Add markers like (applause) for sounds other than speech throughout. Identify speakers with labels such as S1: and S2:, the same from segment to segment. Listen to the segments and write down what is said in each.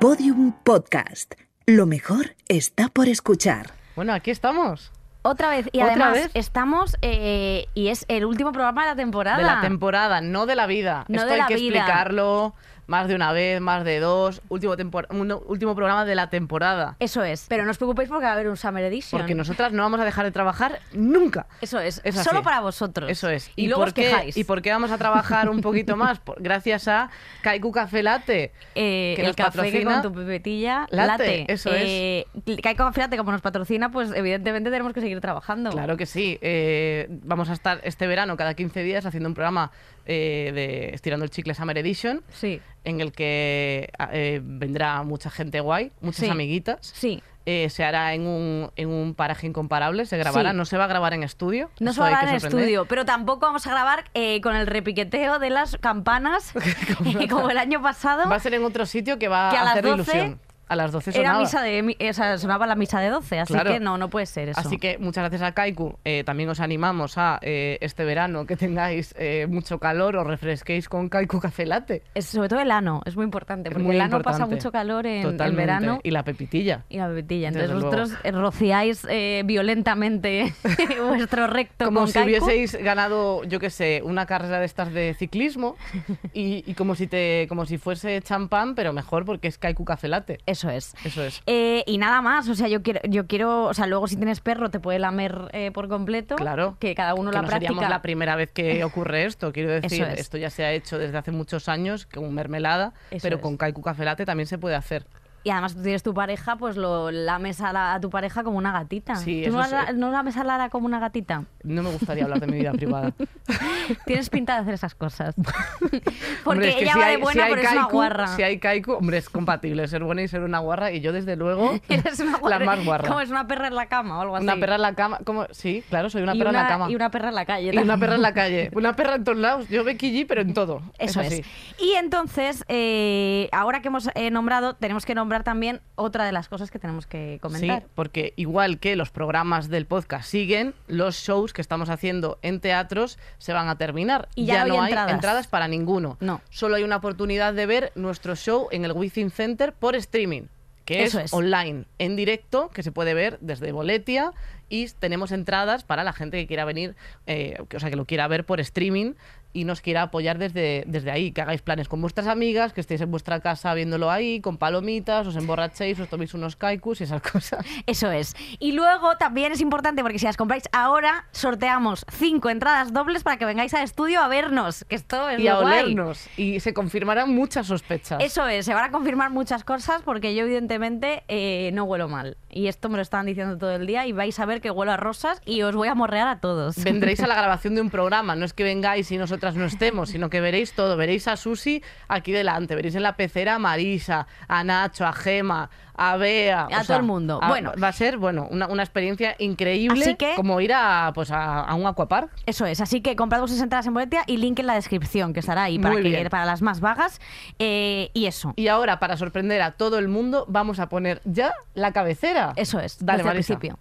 S1: Podium Podcast. Lo mejor está por escuchar.
S2: Bueno, aquí estamos.
S3: Otra vez, y
S2: ¿Otra
S3: además
S2: vez?
S3: estamos, eh, y es el último programa de la temporada.
S2: De la temporada, no de la vida.
S3: Ah. No
S2: Esto
S3: de
S2: hay
S3: la
S2: que
S3: vida.
S2: explicarlo más de una vez, más de dos. Último, tempor- un- último programa de la temporada.
S3: Eso es, pero no os preocupéis porque va a haber un Summer Edition.
S2: Porque nosotras no vamos a dejar de trabajar nunca.
S3: Eso es,
S2: Es así.
S3: solo para vosotros.
S2: Eso es.
S3: Y, luego
S2: por
S3: os
S2: qué,
S3: quejáis.
S2: ¿Y por qué vamos a trabajar un poquito más? Por- gracias a Kaiku Café Latte.
S3: Eh,
S2: que
S3: el
S2: nos
S3: café que
S2: patrocina.
S3: con tu pipetilla
S2: Late,
S3: late.
S2: eso
S3: eh, es. como nos patrocina, pues evidentemente tenemos que seguir trabajando.
S2: Claro que sí. Eh, vamos a estar este verano cada 15 días haciendo un programa eh, de Estirando el Chicle Summer Edition.
S3: Sí,
S2: en el que a- eh, vendrá mucha gente guay, muchas
S3: Sí.
S2: amiguitas.
S3: sí.
S2: Eh, se hará en un, en un paraje incomparable, se grabará,
S3: Sí.
S2: no se va a grabar en estudio.
S3: No se
S2: eso
S3: va a
S2: hay que
S3: grabar en el
S2: sorprender.
S3: estudio, pero tampoco vamos a grabar eh, con el repiqueteo de las campanas, (laughs) como el año pasado.
S2: Va a ser en otro sitio que va
S3: Que a
S2: a
S3: las
S2: hacer
S3: 12
S2: ilusión. A las 12
S3: Era
S2: sonaba.
S3: misa de, mi- eh, o sea, sonaba la misa de 12, así
S2: Claro.
S3: que no, no puede ser eso.
S2: Así que muchas gracias a Kaiku. Eh, también os animamos a eh, este verano que tengáis eh, mucho calor, os refresquéis con Kaiku Café Latte.
S3: Es- sobre todo el ano, es muy importante,
S2: Es
S3: porque
S2: muy
S3: el ano pasa
S2: importante.
S3: mucho calor en el
S2: Totalmente.
S3: verano.
S2: Y la pepitilla.
S3: Y la pepitilla. Entonces
S2: Desde
S3: vosotros eh, rociáis eh, violentamente (laughs) vuestro recto
S2: Como
S3: con
S2: si
S3: kaiku.
S2: hubieseis ganado, yo qué sé, una carrera de estas de
S3: (laughs)
S2: ciclismo y, y como si te, como si fuese champán, pero mejor porque es kaiku café latte.
S3: Eso es.
S2: Eso es.
S3: Eh, y nada más, o sea, yo quiero, yo quiero, o sea, luego si tienes perro te puede lamer eh, por completo.
S2: Claro.
S3: Que cada uno
S2: Que
S3: la
S2: no
S3: practica.
S2: seríamos la primera vez
S3: (laughs)
S2: que ocurre esto. Quiero decir,
S3: Eso es.
S2: esto ya se ha hecho desde hace muchos años con mermelada,
S3: Eso
S2: pero
S3: es.
S2: con kaiku café latte también se puede hacer.
S3: y además tú tienes tu pareja, pues lo lames a, la- a tu pareja como una gatita.
S2: Sí,
S3: ¿Tú no,
S2: eso
S3: la-
S2: es- eh.
S3: no lames a Lara como una gatita?
S2: No me gustaría hablar de mi vida privada.
S3: Tienes pinta de hacer esas cosas. (laughs) Porque
S2: (laughs) Hombre, es que
S3: ella
S2: si
S3: va
S2: hay-
S3: de
S2: si
S3: buena,
S2: hay
S3: pero es una
S2: kaiku-
S3: guarra.
S2: Si hay kaiku, hombre, es compatible ser buena y ser una guarra y yo desde luego
S3: (laughs) (laughs) Eres una guarra.
S2: la más guarra.
S3: Como es una perra en la cama o algo así.
S2: Una perra en la cama, como sí, claro, soy una
S3: Y
S2: perra en la
S3: una-
S2: cama.
S3: Y una perra en la calle.
S2: Y una
S3: también.
S2: perra
S3: (laughs)
S2: en la calle. Una perra en todos lados. Yo Becky G, pero en todo.
S3: Eso es.
S2: así.
S3: Y entonces, eh, ahora que hemos eh, nombrado, tenemos que nombrar también otra de las cosas que tenemos que
S2: Sí,
S3: comentar.
S2: porque igual que los programas del podcast siguen, los shows que estamos haciendo en teatros se van a terminar.
S3: Y ya no hay
S2: hay
S3: entradas.
S2: para ninguno.
S3: No.
S2: Solo hay una oportunidad de ver nuestro show en el Within Center por streaming, que
S3: Eso
S2: es
S3: es.
S2: online, en directo, que se puede ver desde Boletia. Y tenemos entradas para la gente que quiera venir, eh, que- o sea, que lo quiera ver por streaming y nos quiera apoyar desde, desde ahí. Que hagáis planes con vuestras amigas, que estéis en vuestra casa viéndolo ahí, con palomitas, os emborrachéis, os toméis unos kaikus y esas (laughs) cosas.
S3: Eso es. Y luego también es importante porque si las compráis ahora, sorteamos cinco entradas dobles para que vengáis al estudio a vernos. Que esto es
S2: y
S3: lo
S2: a
S3: guay.
S2: olernos. Y se confirmarán muchas sospechas.
S3: Eso es, se van a confirmar muchas cosas porque yo evidentemente eh, no huelo mal. Y esto me lo estaban diciendo todo el día y vais a ver que huelo a rosas y os voy a morrear a todos.
S2: Vendréis a la grabación de un programa, no es que vengáis y nosotras no estemos, sino que veréis todo. Veréis a Susi aquí delante, veréis en la pecera a Marisa, a Nacho, a Gema, a Bea.
S3: A todo el mundo. Bueno.
S2: Va a ser, bueno, una, una experiencia increíble.
S3: Así que-
S2: Como ir a, pues, a, a un aquapark.
S3: Eso es, así que comprad vuestras entradas en Boletia y link en la descripción que estará ahí para,
S2: Muy
S3: que-
S2: bien.
S3: para las más vagas. Eh, y eso,
S2: Y ahora, para sorprender a todo el mundo, vamos a poner ya la cabecera.
S3: eso es,
S2: Dale,
S3: desde el
S2: Marisa.
S3: principio.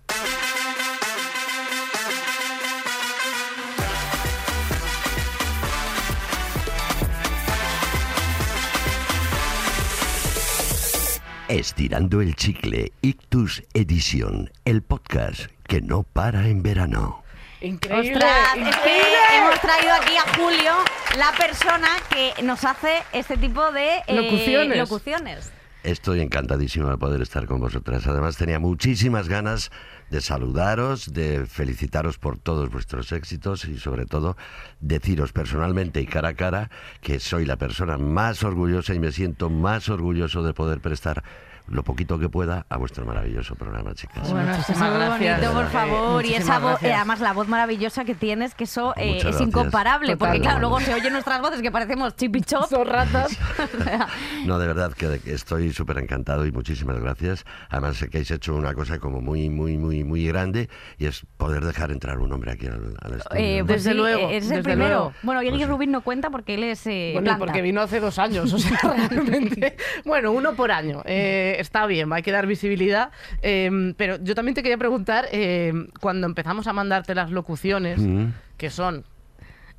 S4: Estirando el chicle, Ictus Edition, el podcast que no para en verano.
S2: Increíble.
S3: Ostras, es que
S2: increíble.
S3: hemos traído aquí a Julio, la persona que nos hace este tipo de eh,
S2: Locuciones.
S3: locuciones.
S4: Estoy encantadísimo de poder estar con vosotras. Además, tenía muchísimas ganas de saludaros, de felicitaros por todos vuestros éxitos y sobre todo deciros personalmente y cara a cara que soy la persona más orgullosa y me siento más orgulloso de poder prestar lo poquito que pueda a vuestro maravilloso programa, chicas.
S2: Bueno,
S3: esto es
S2: muchísimas
S3: muy
S2: gracias.
S3: bonito, por
S2: Eh,
S3: favor. y esa
S2: muchísimas
S3: voz,
S2: gracias.
S3: eh, además la voz maravillosa que tienes, que eso eh,
S4: Muchas
S3: es
S4: gracias.
S3: incomparable. Porque
S2: Total.
S3: claro, luego se oyen nuestras voces que parecemos chipichop. (laughs)
S2: Son ratas.
S4: No, de verdad que de- que estoy súper encantado y muchísimas gracias. Además sé que habéis hecho una cosa como muy, muy, muy, muy grande y es poder dejar entrar un hombre aquí al, al estudio.
S3: Eh,
S4: ¿no?
S3: pues
S2: Desde
S3: sí,
S2: luego,
S3: eh, Es
S2: desde
S3: el primero.
S2: luego.
S3: Bueno, y
S4: Pues sí.
S3: Rubin no cuenta porque él es eh,
S2: Bueno, y
S3: planta.
S2: porque vino hace dos años, o sea,
S3: (laughs)
S2: realmente. Bueno, uno por año. eh, está bien, hay que dar visibilidad. eh, pero yo también te quería preguntar, eh, cuando empezamos a mandarte las locuciones,
S4: Mm.
S2: que son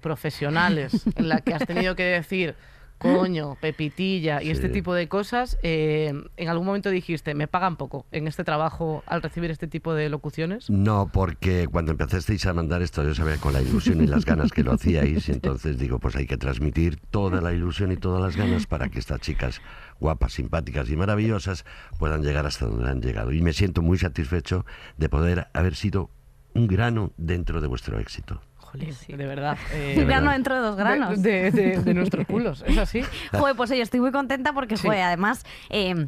S2: profesionales, en las que has tenido que decir coño, pepitilla y
S4: Sí.
S2: este tipo de cosas, eh, en algún momento dijiste, me pagan poco en este trabajo al recibir este tipo de locuciones.
S4: No, porque cuando empezasteis a mandar esto, yo sabía con la ilusión y las ganas que lo hacíais, y entonces digo, pues hay que transmitir toda la ilusión y todas las ganas para que estas chicas guapas, simpáticas y maravillosas puedan llegar hasta donde han llegado. Y me siento muy satisfecho de poder haber sido un grano dentro de vuestro éxito.
S2: Jolín, de verdad. eh,
S4: De
S3: Un grano
S4: verdad.
S3: dentro de dos granos.
S2: De, de- de- de nuestros culos, es
S3: (laughs)
S2: así.
S3: Joder, pues oye, estoy muy contenta porque,
S2: Sí.
S3: joder, además, eh,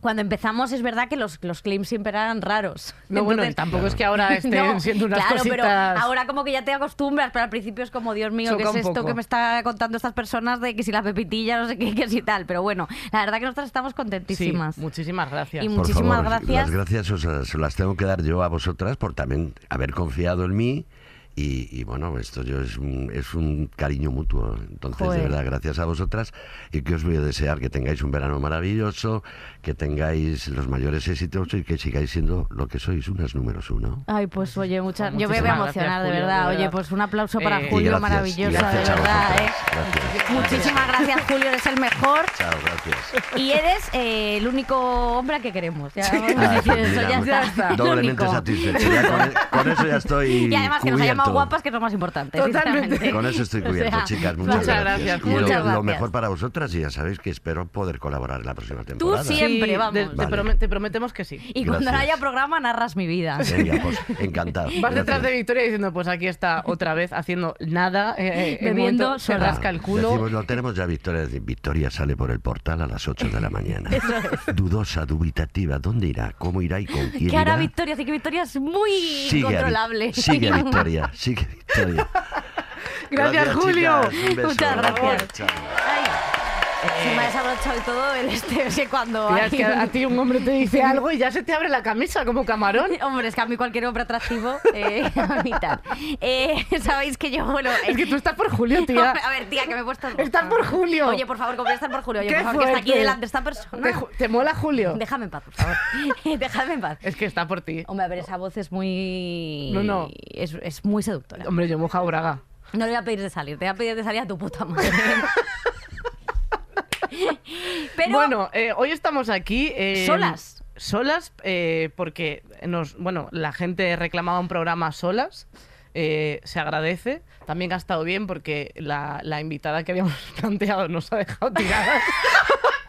S3: cuando empezamos es verdad que los, los claims siempre eran raros.
S2: No, bueno,
S3: Entonces-
S2: tampoco es que ahora estén
S3: (laughs) No,
S2: siendo unas
S3: claro,
S2: cositas...
S3: pero ahora como que ya te acostumbras, pero al principio es como, Dios mío, ¿qué
S2: Choca
S3: es
S2: un
S3: esto
S2: poco.
S3: que me está contando estas personas de que si la pepitilla, no sé qué, que si tal? Pero bueno, la verdad que nosotras estamos
S2: Sí,
S3: contentísimas.
S2: muchísimas gracias.
S3: Y
S4: Por
S3: Muchísimas
S4: favor,
S3: gracias.
S4: Las gracias os las, las tengo que dar yo a vosotras por también haber confiado en mí. Y, y bueno, esto yo es un, es un cariño mutuo. Entonces,
S3: Joder.
S4: de verdad, gracias a vosotras. Y que os voy a desear que tengáis un verano maravilloso, que tengáis los mayores éxitos y que sigáis siendo lo que sois, unas números uno.
S3: Ay, pues oye, muchas. Yo me voy a
S2: Muchísimas
S3: emocionar,
S2: gracias,
S3: de
S2: Julio,
S3: verdad.
S2: de
S3: Oye,
S2: verdad.
S3: pues un aplauso
S2: Eh,
S3: para
S2: y
S4: y
S3: Julio,
S4: gracias,
S3: maravilloso,
S4: y gracias
S3: de
S4: a
S3: verdad,
S4: vosotras.
S3: ¿eh?
S4: Gracias.
S3: Muchísimas gracias, Julio, eres el mejor
S4: Chao, gracial.
S3: y eres eh, el único hombre que queremos. Ya, vamos a
S4: Ah,
S3: decir
S4: pues
S3: eso,
S4: mira,
S3: ya está.
S4: Doblemente
S3: Único.
S4: satisfecho. Ya con, con eso ya estoy.
S3: Y además que nos ha llamado
S4: cubierto.
S3: guapas, que es lo más importante.
S2: Totalmente.
S3: sinceramente.
S4: (laughs) Con eso estoy
S3: O sea,
S4: cubierto, chicas. Muchas,
S2: muchas gracias,
S4: Y lo-
S3: muchas
S4: lo,
S3: gracias.
S4: mejor para vosotras y ya sabéis que espero poder colaborar en la próxima temporada.
S3: sí, siempre,
S2: Sí,
S3: vamos.
S2: de- te
S4: Vale.
S2: prome- te prometemos que sí.
S3: Y cuando no
S4: Gracias.
S3: haya programa, narras mi vida.
S2: (laughs)
S4: Venga, pues encantado.
S2: Vas detrás de
S4: Gracias.
S2: Victoria diciendo, pues aquí está otra vez haciendo nada, eh, eh, en un
S3: Bebiendo
S2: momento se
S3: sola.
S2: rasca el culo.
S4: Ah, Decimos, lo tenemos ya Victoria. Decir, Victoria sale por el portal a las 8 de la mañana. Dudosa, dubitativa. ¿Dónde irá? ¿Cómo irá y con quién
S3: Que ahora
S4: irá?
S3: Victoria, así que Victoria es muy
S4: Sigue a Vic-
S3: incontrolable. (laughs)
S4: Sigue a Victoria, sigue a Victoria.
S2: Gracias, Julio.
S4: chicas, un beso.
S3: Muchas gracias.
S4: Chao.
S3: Ay, Se me ha desabrochado y todo el este, no sé cuándo.
S2: Tía,
S3: hay
S2: es que
S3: un-
S2: a ti un hombre te dice algo y ya se te abre la camisa como
S3: (laughs)
S2: camarón.
S3: (laughs) Hombre, es que a mí cualquier hombre atractivo, eh, (laughs) a mí tal. Eh, Sabéis que yo, bueno...
S2: Es que tú
S3: (laughs)
S2: estás por Julio, tía.
S3: Hombre, a ver, tía, que me he puesto... roja.
S2: Estás por Julio.
S3: Oye, por favor, ¿cómo voy a estar por Julio? Oye,
S2: Qué
S3: por favor, que está aquí
S2: fuerte.
S3: delante esta
S2: ¿Te,
S3: persona.
S2: ju- te mola Julio?
S3: Déjame en paz, por favor. (laughs) Déjame en paz.
S2: Es que está por ti.
S3: Hombre, a ver, esa voz es muy...
S2: No, no.
S3: Es, es muy seductora.
S2: Hombre, yo moja Braga.
S3: No le voy a pedir de salir, te voy a pedir de salir a tu
S2: (laughs)
S3: puta madre. Pero...
S2: Bueno, eh, hoy estamos aquí. eh,
S3: Solas.
S2: Solas, eh, porque nos, bueno, la gente reclamaba un programa solas. eh, se agradece. También ha estado bien porque la, la invitada que habíamos (laughs) planteado nos ha dejado tiradas. (laughs)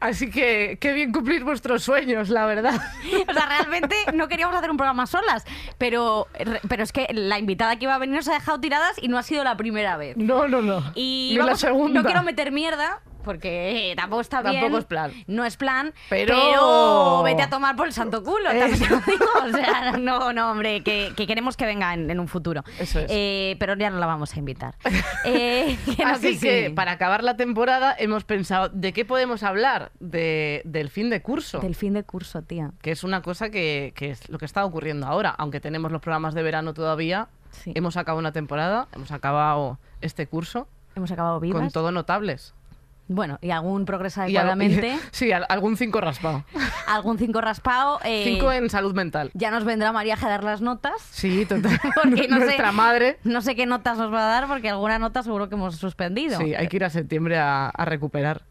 S2: Así que qué bien cumplir vuestros sueños, la verdad.
S3: O sea, realmente no queríamos hacer un programa solas, pero, pero es que la invitada que iba a venir nos ha dejado tiradas y no ha sido la primera vez.
S2: No, no, no.
S3: Y
S2: Ni la
S3: vamos,
S2: segunda.
S3: no quiero meter mierda. Porque eh, tampoco está bien.
S2: Tampoco es plan.
S3: No es plan. Pero...
S2: Pero- Eh.
S3: vete a tomar por el santo culo. también te lo digo. O sea, no, no, hombre, que, que queremos que venga en, en un futuro.
S2: Eso es.
S3: Eh, pero ya no la vamos
S2: (laughs)
S3: a invitar. Eh, que no,
S2: Así que,
S3: que sí.
S2: para acabar la temporada hemos pensado de qué podemos hablar de, del fin de curso.
S3: Del fin de curso, tía.
S2: que es una cosa que, que es lo que está ocurriendo ahora. Aunque tenemos los programas de verano todavía,
S3: Sí.
S2: hemos acabado una temporada, hemos acabado este curso
S3: Hemos acabado vivas.
S2: con todo notables.
S3: Bueno, y algún progresa
S2: Y al-
S3: adecuadamente.
S2: (laughs) sí, al- algún cinco raspado.
S3: algún cinco raspado. eh,
S2: Cinco en salud mental.
S3: Ya nos vendrá María a dar las notas.
S2: Sí, total.
S3: (laughs) Porque no
S2: (laughs)
S3: sé-
S2: Nuestra madre.
S3: No sé qué notas nos va a dar porque alguna nota seguro que hemos suspendido.
S2: Sí, hay que ir a septiembre a, a recuperar.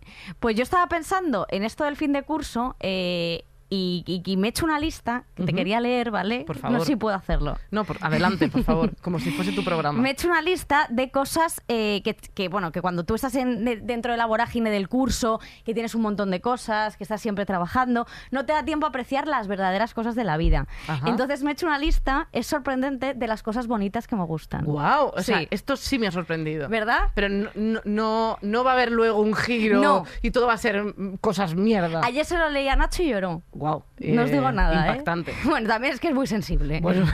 S3: Pues yo estaba pensando en esto del fin de curso eh, y, y- y me he hecho una lista que te
S2: Ujú.
S3: quería leer, ¿vale?
S2: Por
S3: No
S2: favor.
S3: sé si puedo hacerlo.
S2: No, por, adelante, por
S3: (laughs)
S2: favor, como si fuese tu programa.
S3: Me he hecho una lista de cosas eh, que, que, bueno, que cuando tú estás en- de- dentro de la vorágine del curso, que tienes un montón de cosas, que estás siempre trabajando, no te da tiempo a apreciar las verdaderas cosas de la vida.
S2: Ajá.
S3: Entonces me he hecho una lista, es sorprendente, de las cosas bonitas que me gustan.
S2: Wow, o sea,
S3: Sí.
S2: esto sí me ha sorprendido.
S3: ¿Verdad?
S2: Pero no, no- no, no va a haber luego un giro
S3: No.
S2: y todo va a ser mm, cosas mierda.
S3: Ayer se lo leí a Nacho y lloró.
S2: Wow.
S3: no os digo nada, ¿eh?
S2: Impactante.
S3: (laughs) Bueno, también es que es muy sensible. (laughs)
S2: Bueno,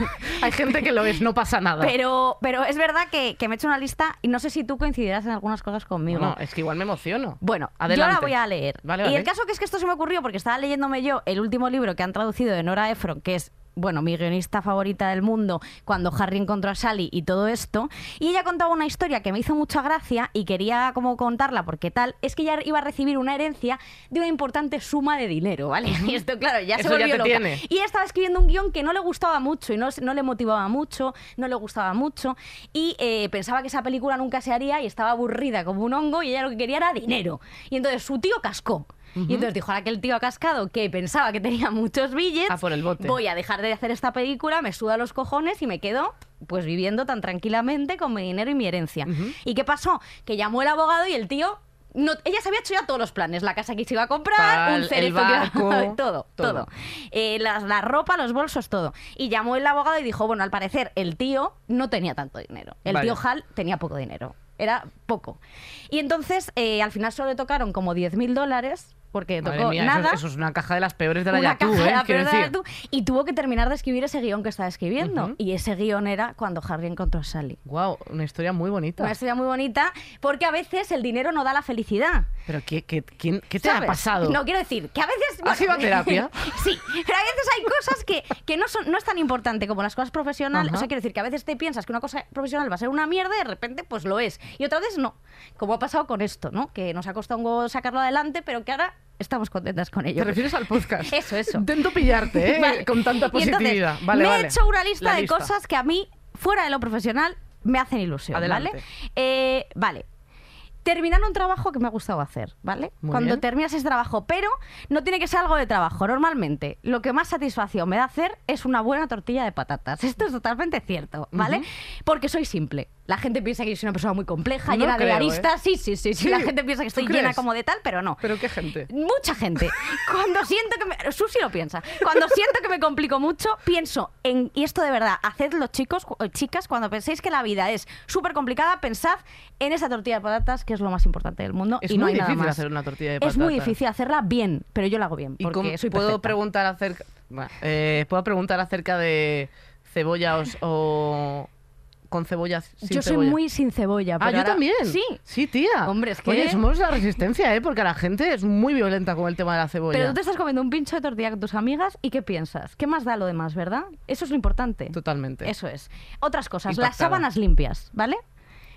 S2: hay gente que lo es, no pasa nada.
S3: Pero, pero es verdad que, que me he hecho una lista y no sé si tú coincidirás en algunas cosas conmigo.
S2: no, es que igual me emociono.
S3: Bueno, yo
S2: adelante.
S3: ahora voy a leer.
S2: Vale,
S3: Y
S2: vale.
S3: el caso que es que esto se me ocurrió porque estaba leyéndome yo el último libro que han traducido de Nora Ephron, que es bueno, mi guionista favorita del mundo, cuando Harry encontró a Sally y todo esto. Y ella contaba una historia que me hizo mucha gracia y quería como contarla porque tal, es que ella iba a recibir una herencia de una importante suma de dinero, ¿vale? (laughs) Y esto, claro, ya se
S2: Eso ya
S3: volvió
S2: te
S3: loca.
S2: tiene.
S3: Y ella estaba escribiendo un guión que no le gustaba mucho y no, no le motivaba mucho, no le gustaba mucho. Y eh, pensaba que esa película nunca se haría y estaba aburrida como un hongo y ella lo que quería era dinero. Y entonces su tío cascó. Y entonces dijo, ahora que el tío ha cascado, que pensaba que tenía muchos billetes,
S2: A por el bote.
S3: voy a dejar de hacer esta película, me suda los cojones y me quedo pues viviendo tan tranquilamente con mi dinero y mi herencia. ¿Y qué pasó? Que llamó el abogado y el tío... No, ella se había hecho ya todos los planes, la casa que se iba a comprar,
S2: Tal,
S3: un
S2: el
S3: cerezo que iba a-
S2: barco,
S3: (laughs) todo,
S2: todo.
S3: todo. Eh, las- la ropa, los bolsos, todo. Y llamó el abogado y dijo, bueno, al parecer el tío no tenía tanto dinero. El
S2: Vale.
S3: tío Hal tenía poco dinero. Era poco. Y entonces, eh, al final solo le tocaron como 10 mil dólares, porque
S2: Madre
S3: tocó
S2: mía, eso-
S3: nada.
S2: Eso, es una caja de las peores de la
S3: una
S2: Yatú,
S3: (laughs) caja de
S2: ¿eh?
S3: la
S2: Quiero
S3: peor de la
S2: decir.
S3: Yatú, y tuvo que terminar de escribir ese guión que estaba escribiendo.
S2: Ujú.
S3: Y ese guión era cuando Harry encontró a Sally.
S2: Guau, una historia muy bonita.
S3: Una historia muy bonita, porque a veces el dinero no da la felicidad.
S2: Pero ¿qué, qué, quién- qué te ha
S3: ¿Sabes?
S2: pasado?
S3: No, quiero decir que a veces...
S2: ¿Has ido a terapia?
S3: (laughs) sí, pero a veces hay cosas que, que no, son, no es tan importante como las cosas profesionales.
S2: Ajá.
S3: O sea, quiero decir que a veces te piensas que una cosa profesional va a ser una mierda y de repente pues lo es. Y otras veces no. Como ha pasado con esto, ¿no? Que nos ha costado un huevo sacarlo adelante, pero que ahora estamos contentas con ello.
S2: ¿Te refieres al podcast?
S3: Eso, eso.
S2: Intento pillarte, ¿eh?
S3: (laughs) Vale.
S2: Con tanta
S3: Y entonces,
S2: positividad. vale,
S3: me
S2: vale.
S3: he hecho una lista
S2: La
S3: de cosas que a mí, fuera de lo profesional, me hacen ilusión,
S2: Adelante.
S3: ¿vale? Eh, vale. Terminar un trabajo que me ha gustado hacer, ¿vale?
S2: Muy
S3: Cuando
S2: bien.
S3: terminas ese trabajo, pero no tiene que ser algo de trabajo. Normalmente, lo que más satisfacción me da hacer es una buena tortilla de patatas. (laughs) Esto es totalmente cierto, ¿vale? Porque soy simple. La gente piensa que yo soy una persona muy compleja,
S2: No
S3: llena
S2: creo,
S3: de
S2: ¿eh?
S3: aristas. Sí, sí, sí, sí,
S2: Sí,
S3: La gente piensa que
S2: ¿tú
S3: estoy llena
S2: crees?
S3: como de tal, pero no.
S2: Pero qué gente.
S3: Mucha gente. Cuando siento que me... Susi lo piensa. Cuando siento que me complico mucho, pienso en... Y esto de verdad, hacedlo chicos, cu- eh, chicas, cuando penséis que la vida es súper complicada, pensad en esa tortilla de patatas, que es lo más importante del mundo.
S2: Es
S3: y no
S2: muy
S3: hay nada
S2: difícil
S3: más.
S2: hacer una tortilla de
S3: Es muy
S2: patata.
S3: difícil hacerla bien, pero yo la hago bien,
S2: ¿Y cómo-
S3: porque soy
S2: puedo
S3: perfecta.
S2: preguntar acerca. Bueno, eh, puedo preguntar acerca de cebollas o con cebollas sin
S3: Yo soy
S2: cebolla?
S3: muy sin cebolla.
S2: Ah,
S3: pero
S2: yo
S3: ahora-
S2: también.
S3: Sí.
S2: Sí, tía.
S3: Hombre, es que-
S2: Oye, somos la resistencia, ¿eh? Porque la gente es muy violenta con el tema de la cebolla.
S3: Pero tú te estás comiendo un pincho de tortilla con tus amigas y ¿qué piensas? ¿Qué más da lo demás, verdad? Eso es lo importante.
S2: Totalmente.
S3: Eso es. Otras cosas, las
S2: Impactada.
S3: sábanas limpias, ¿vale?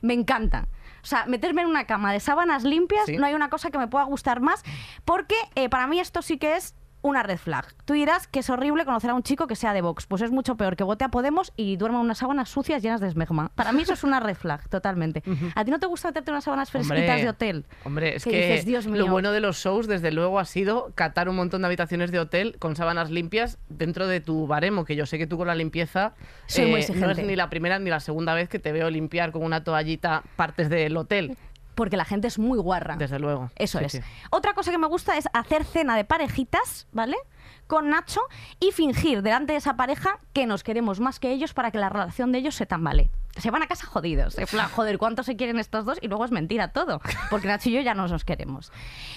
S3: Me encanta. O sea, meterme en una cama de sábanas limpias,
S2: Sí.
S3: no hay una cosa que me pueda gustar más, porque eh, para mí esto sí que es una red flag. Tú dirás que es horrible conocer a un chico que sea de Vox, pues es mucho peor que vote a Podemos y duerma en unas sábanas sucias llenas de esmegma. Para mí eso es una red flag, totalmente. ¿A ti no te gusta meterte en unas sábanas fresquitas
S2: Hombre,
S3: de hotel?
S2: Hombre, es que,
S3: Que dices, "Dios
S2: lo
S3: mío".
S2: bueno de los shows, desde luego, ha sido catar un montón de habitaciones de hotel con sábanas limpias dentro de tu baremo, que yo sé que tú con la limpieza eh,
S3: Soy muy
S2: no es
S3: exigente.
S2: ni la primera ni la segunda vez que te veo limpiar con una toallita partes del hotel,
S3: Porque la gente es muy guarra.
S2: desde luego.
S3: Ah, Eso
S2: Sí,
S3: es. Eh,
S2: sí.
S3: Otra cosa que me gusta es hacer cena de parejitas, ¿vale? Con Nacho y fingir delante de esa pareja que nos queremos más que ellos para que la relación de ellos se tambale. Se van a casa jodidos. En plan, joder, ¿cuánto se quieren estos dos? Y luego es mentira todo. Porque Nacho y yo ya no nos queremos.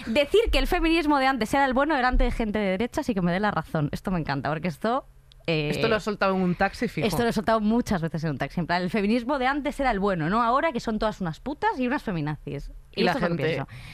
S3: Decir que el feminismo de antes era el bueno delante de gente de derecha, sí que me dé la razón. Esto me encanta, porque esto. eh,
S2: Esto lo has soltado en un taxi fijo.
S3: esto lo he soltado muchas veces en un taxi. En plan, el feminismo de antes era el bueno, ¿no? Ahora que son todas unas putas y unas feminazis. Y,
S2: Y la
S3: esto es lo que
S2: gente
S3: pienso.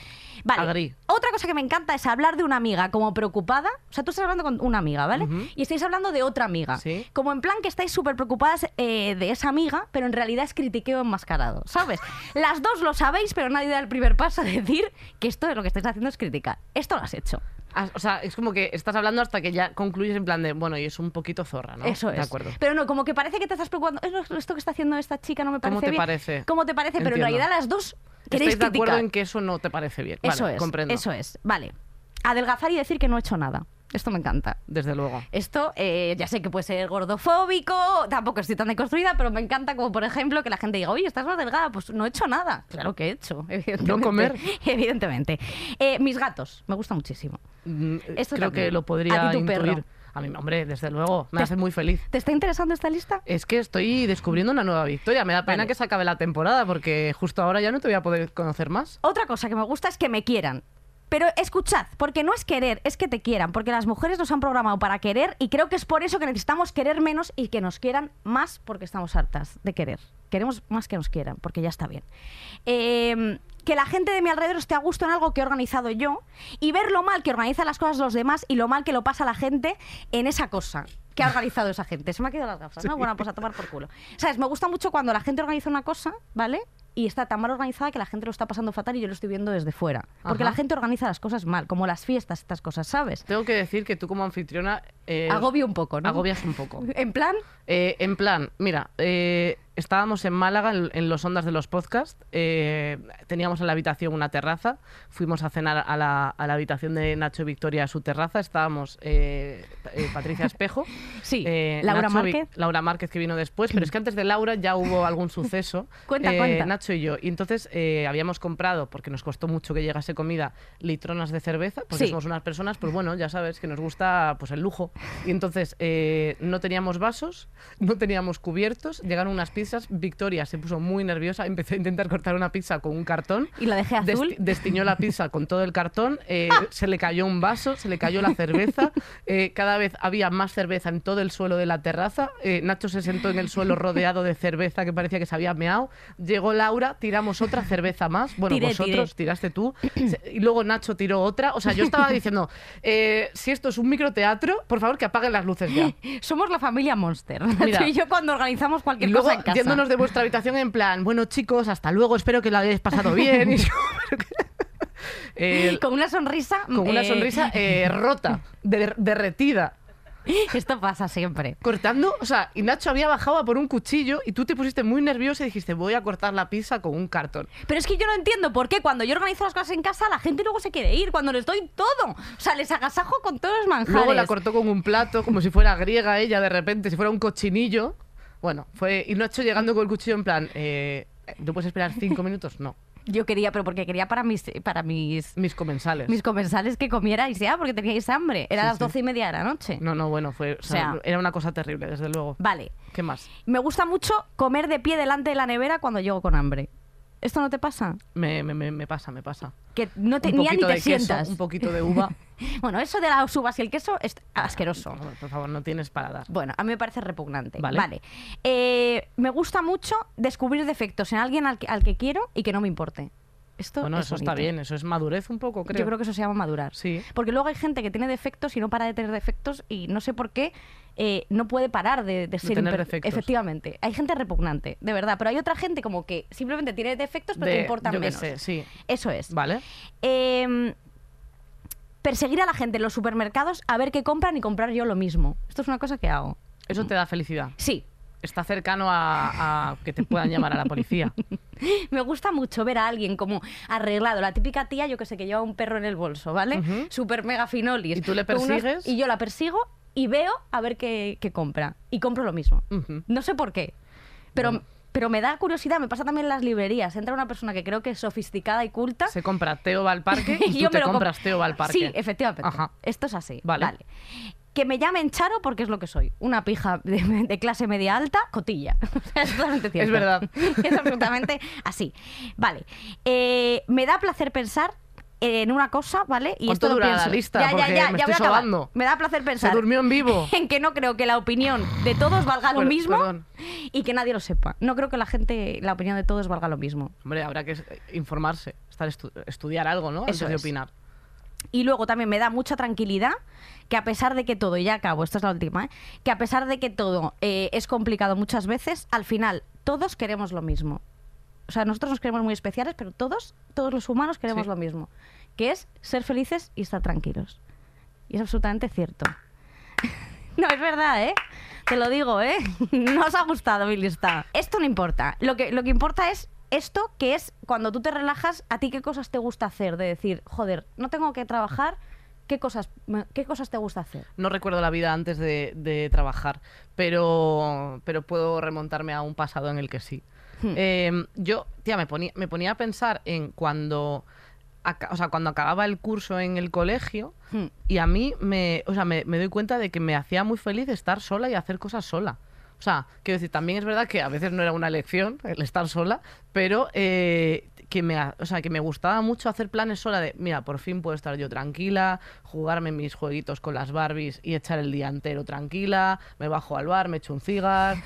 S3: Vale.
S2: agri.
S3: Otra cosa que me encanta es hablar de una amiga como preocupada. O sea, tú estás hablando con una amiga, ¿vale?
S2: Ujú.
S3: Y estáis hablando de otra amiga.
S2: Sí.
S3: Como en plan que estáis súper preocupadas eh, de esa amiga, pero en realidad es critiqueo enmascarado,
S2: (laughs)
S3: ¿sabes? Las dos lo sabéis, pero nadie da el primer paso a decir que esto de lo que estáis haciendo es criticar. Esto lo has hecho.
S2: Ah, O sea, es como que estás hablando hasta que ya concluyes en plan de, bueno, y es un poquito zorra, ¿no?
S3: Eso es.
S2: De acuerdo.
S3: Pero no, como que parece que te estás preocupando. "Eh, no, Esto que está haciendo esta chica no me parece
S2: ¿Cómo te
S3: bien".
S2: parece?
S3: ¿Cómo te parece? Pero en
S2: Entiendo.
S3: realidad las dos queréis
S2: ¿Estáis de acuerdo
S3: criticar.
S2: en que eso no te parece bien?
S3: Eso
S2: Vale,
S3: es.
S2: comprendo.
S3: Eso es. Vale. Adelgazar y decir que no he hecho nada. Esto me encanta.
S2: Desde luego.
S3: Esto eh, ya sé que puede ser gordofóbico, tampoco estoy tan deconstruida, pero me encanta como por ejemplo que la gente diga, oye, estás más delgada, pues no he hecho nada. Claro que he hecho, (laughs) evidentemente.
S2: comer.
S3: Evidentemente. Eh, mis gatos, me gusta muchísimo.
S2: Mm,
S3: Esto
S2: creo
S3: también.
S2: que lo podría
S3: A ti tu
S2: intuir.
S3: perro.
S2: A mí, hombre, desde luego, me
S3: Te-
S2: hace muy feliz.
S3: ¿Te está interesando esta lista?
S2: Es que estoy descubriendo una nueva victoria. Me da pena
S3: Vale.
S2: que se acabe la temporada porque justo ahora ya no te voy a poder conocer más.
S3: Otra cosa que me gusta es que me quieran. Pero escuchad, porque no es querer, es que te quieran, porque las mujeres nos han programado para querer y creo que es por eso que necesitamos querer menos y que nos quieran más porque estamos hartas de querer. Queremos más que nos quieran, porque ya está bien. Eh, que la gente de mi alrededor esté a gusto en algo que he organizado yo y ver lo mal que organizan las cosas los demás y lo mal que lo pasa la gente en esa cosa. que ha organizado esa gente. Se me han quedado las gafas, ¿no? Bueno, pues a tomar por culo. ¿Sabes? Me gusta mucho cuando la gente organiza una cosa, ¿vale? Y está tan mal organizada que la gente lo está pasando fatal y yo lo estoy viendo desde fuera. Porque
S2: Ajá.
S3: la gente organiza las cosas mal, como las fiestas, estas cosas, ¿sabes?
S2: Tengo que decir que tú como anfitriona... eh,
S3: Agobio un poco, ¿no?
S2: Agobias un poco.
S3: En plan,
S2: Eh, en plan, mira, eh, estábamos en Málaga en, en los ondas de los podcasts, eh, teníamos en la habitación una terraza, fuimos a cenar a la, a la habitación de Nacho y Victoria a su terraza, estábamos eh, eh, Patricia Espejo,
S3: sí,
S2: eh,
S3: Laura
S2: Nacho Vi-
S3: Márquez. (laughs)
S2: Laura Márquez que vino después, pero es que antes de Laura ya hubo algún suceso.
S3: (laughs) Cuenta,
S2: eh,
S3: cuenta.
S2: Nacho y yo. Y entonces eh, habíamos comprado, porque nos costó mucho que llegase comida, litronas de cerveza, porque
S3: Sí.
S2: somos unas personas, pues bueno, ya sabes que nos gusta pues el lujo. Y entonces eh, no teníamos vasos, no teníamos cubiertos, llegaron unas pizzas, Victoria se puso muy nerviosa, empezó a intentar cortar una pizza con un cartón.
S3: Y la dejé azul.
S2: Desti- destiñó la pizza con todo el cartón, eh,
S3: Ah.
S2: se le cayó un vaso, se le cayó la cerveza, eh, cada vez había más cerveza en todo el suelo de la terraza, eh, Nacho se sentó en el suelo rodeado de cerveza que parecía que se había meado, llegó Laura, tiramos otra cerveza más, bueno,
S3: Tiré,
S2: vosotros
S3: tiré.
S2: tiraste tú, se- y luego Nacho tiró otra, o sea, yo estaba diciendo, eh, si esto es un microteatro, por favor que apaguen las luces
S3: (laughs)
S2: ya.
S3: Somos la familia Monster. (laughs)
S2: Mira.
S3: Tú y yo cuando organizamos
S2: Y
S3: cualquier
S2: luego
S3: cosa en casa.
S2: yéndonos de vuestra habitación en plan, bueno chicos, hasta luego, espero que lo hayáis pasado
S3: (laughs)
S2: bien. Y yo, (laughs) pero que- Eh,
S3: Con una sonrisa.
S2: con una
S3: eh, (laughs)
S2: sonrisa eh, rota, de- derretida,
S3: Esto pasa siempre.
S2: cortando, o sea, y Nacho había bajado a por un cuchillo y tú te pusiste muy nerviosa y dijiste, voy a cortar la pizza con un cartón.
S3: Pero es que yo no entiendo por qué cuando yo organizo las cosas en casa la gente luego se quiere ir cuando les doy todo. O sea, les agasajo con todos los manjares.
S2: Luego la cortó con un plato, como si fuera griega ella de repente, si fuera un cochinillo. Bueno, fue, y Nacho llegando con el cuchillo en plan, eh, ¿tú puedes esperar
S3: (laughs)
S2: cinco minutos? No,
S3: Yo quería, pero porque quería para mis para mis,
S2: mis comensales.
S3: mis comensales que comierais ya porque teníais hambre. Era
S2: Sí,
S3: las
S2: sí.
S3: doce y media de la noche.
S2: No, no, bueno, fue, o sea,
S3: O sea-
S2: era una cosa terrible, desde luego.
S3: Vale.
S2: ¿Qué más?
S3: Me gusta mucho comer de pie delante de la nevera cuando llego con hambre. ¿Esto no te pasa?
S2: Me, me- me- me pasa, me pasa.
S3: Que no te,
S2: un
S3: ni ya
S2: poquito
S3: ni te
S2: de queso,
S3: sientas.
S2: un poquito de uva.
S3: (laughs) Bueno, eso de las uvas y el queso es asqueroso.
S2: No, por favor, no tienes para dar.
S3: Bueno, a mí me parece repugnante.
S2: Vale.
S3: Vale. Eh, me gusta mucho descubrir defectos en alguien al que, al que quiero y que no me importe. Esto
S2: Bueno,
S3: es
S2: eso está
S3: bonito.
S2: bien, eso es madurez un poco, creo.
S3: Yo creo que eso se llama madurar.
S2: Sí.
S3: Porque luego hay gente que tiene defectos y no para de tener defectos y no sé por qué eh, no puede parar de, ser
S2: tener
S3: imper-
S2: defectos.
S3: Efectivamente. Hay gente repugnante, de verdad. Pero hay otra gente como que simplemente tiene defectos pero
S2: De-
S3: te importan
S2: yo qué
S3: menos.
S2: sé, sí.
S3: Eso es.
S2: Vale.
S3: Eh, perseguir a la gente en los supermercados a ver qué compran y comprar yo lo mismo. Esto es una cosa que hago.
S2: Eso te da felicidad.
S3: Sí,
S2: Está cercano a, a que te puedan llamar a la
S3: (laughs)
S2: policía.
S3: Me gusta mucho ver a alguien como arreglado, la típica tía, yo que sé, que lleva un perro en el bolso, ¿vale?
S2: Ujú.
S3: Super mega finolis.
S2: ¿Y tú le
S3: Con unos-
S2: persigues?
S3: Y yo la persigo y veo a ver qué, qué compra. Y compro lo mismo.
S2: Ujú.
S3: No sé por qué. Pero, pero me da curiosidad, me pasa también en las librerías. Entra una persona que creo que es sofisticada y culta.
S2: Se compra Teo va al
S3: (laughs)
S2: parque y tú
S3: yo me
S2: te
S3: lo comp-
S2: compras Teo va al parque.
S3: Sí, efectivamente.
S2: Ajá.
S3: Esto es así.
S2: Vale.
S3: Vale. Que me llamen Charo porque es lo que soy. Una pija de, de clase media alta, cotilla. (laughs) O sea, es totalmente cierto.
S2: Es verdad.
S3: (laughs) Es absolutamente así. Vale. Eh, me da placer pensar en una cosa, ¿vale? Y
S2: ¿Cuánto
S3: esto lo
S2: dura la
S3: pienso.
S2: lista?
S3: Ya, ya,
S2: Porque
S3: ya,
S2: me
S3: ya
S2: estoy
S3: voy a acabar.
S2: sobando.
S3: Me da placer
S2: Se
S3: pensar
S2: durmió en
S3: (laughs)
S2: vivo.
S3: en que no creo que la opinión de todos valga lo
S2: Per-
S3: mismo
S2: perdón.
S3: y que nadie lo sepa. No creo que la gente, la opinión de todos valga lo mismo.
S2: Hombre, habrá que eh, informarse, estar estu- estudiar algo, ¿no? Antes
S3: Eso
S2: de
S3: es.
S2: opinar.
S3: Y luego también me da mucha tranquilidad que a pesar de que todo, y ya acabo, esta es la última, ¿eh? que a pesar de que todo eh, es complicado muchas veces, al final todos queremos lo mismo. O sea, nosotros nos queremos muy especiales, pero todos, todos los humanos queremos
S2: Sí.
S3: lo mismo, que es ser felices y estar tranquilos. Y es absolutamente cierto. No, es verdad, ¿eh? Te lo digo, ¿eh? (laughs) No os ha gustado mi lista. Esto no importa. Lo que, lo que importa es esto, que es cuando tú te relajas, ¿a ti qué cosas te gusta hacer? De decir, joder, no tengo que trabajar, ¿qué cosas, me- qué cosas te gusta hacer?
S2: No recuerdo la vida antes de, de trabajar, pero, pero puedo remontarme a un pasado en el que sí.
S3: Hmm.
S2: Eh, yo, tía, me ponía, me ponía a pensar en cuando, aca- o sea, cuando acababa el curso en el colegio
S3: Hmm.
S2: y a mí me, o sea, me, me doy cuenta de que me hacía muy feliz estar sola y hacer cosas sola. O sea, quiero decir, también es verdad que a veces no era una elección el estar sola, pero eh, que, me, ha- o sea, que me gustaba mucho hacer planes sola de, mira, por fin puedo estar yo tranquila, jugarme mis jueguitos con las Barbies y echar el día entero tranquila, me bajo al bar, me echo un cigar,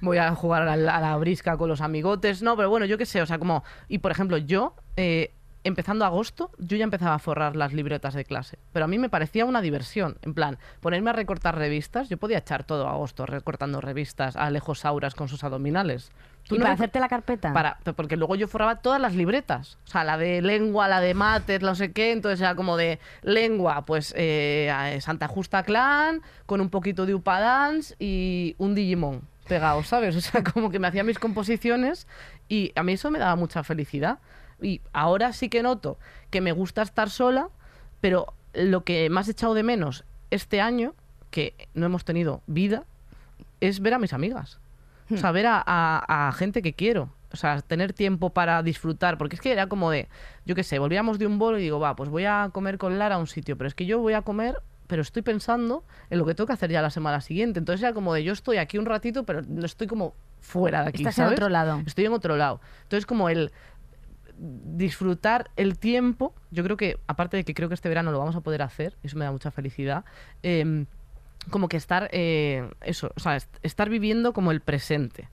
S2: voy a jugar a la, a la brisca con los amigotes, no, pero bueno, yo qué sé, o sea, como, y por ejemplo, yo... eh, empezando agosto, yo ya empezaba a forrar las libretas de clase. Pero a mí me parecía una diversión. En plan, ponerme a recortar revistas, yo podía echar todo agosto recortando revistas a Alejo Sauras con sus abdominales. Tú
S3: ¿Y
S2: no
S3: para
S2: me-
S3: hacerte la carpeta?
S2: para- pero porque luego yo forraba todas las libretas. O sea, la de lengua, la de mates, la no sé qué. Entonces era como de lengua, pues eh, a- Santa Justa Clan, con un poquito de Upadance y un Digimon pegado, ¿sabes? O sea, (laughs) como que me hacía mis composiciones y a mí eso me daba mucha felicidad. Y ahora sí que noto que me gusta estar sola, pero lo que más he echado de menos este año, que no hemos tenido vida, es ver a mis amigas. O
S3: Hmm.
S2: sea, ver a, a- a gente que quiero. O sea, tener tiempo para disfrutar. Porque es que era como de, yo qué sé, volvíamos de un bolo y digo, va, pues voy a comer con Lara a un sitio. Pero es que yo voy a comer, pero estoy pensando en lo que tengo que hacer ya la semana siguiente. Entonces era como de, yo estoy aquí un ratito, pero no estoy como fuera de aquí.
S3: Estás en
S2: ¿sabes?
S3: otro lado.
S2: Estoy en otro lado. Entonces, como el disfrutar el tiempo, yo creo que, aparte de que creo que este verano lo vamos a poder hacer, eso me da mucha felicidad, em, como que estar, eh, eso, o sea, est- estar viviendo como el presente.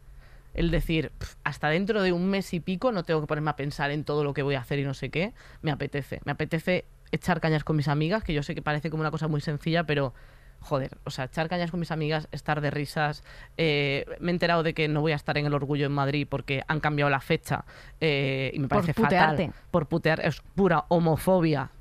S2: El decir, "Pf, hasta dentro de un mes y pico no tengo que ponerme a pensar en todo lo que voy a hacer y no sé qué, me apetece. Me apetece echar cañas con mis amigas, que yo sé que parece como una cosa muy sencilla, pero joder, o sea, echar cañas con mis amigas, estar de risas. eh, me he enterado de que no voy a estar en el orgullo en Madrid porque han cambiado la fecha eh, y me
S3: Por
S2: parece
S3: putearte.
S2: fatal. Por putear, es pura homofobia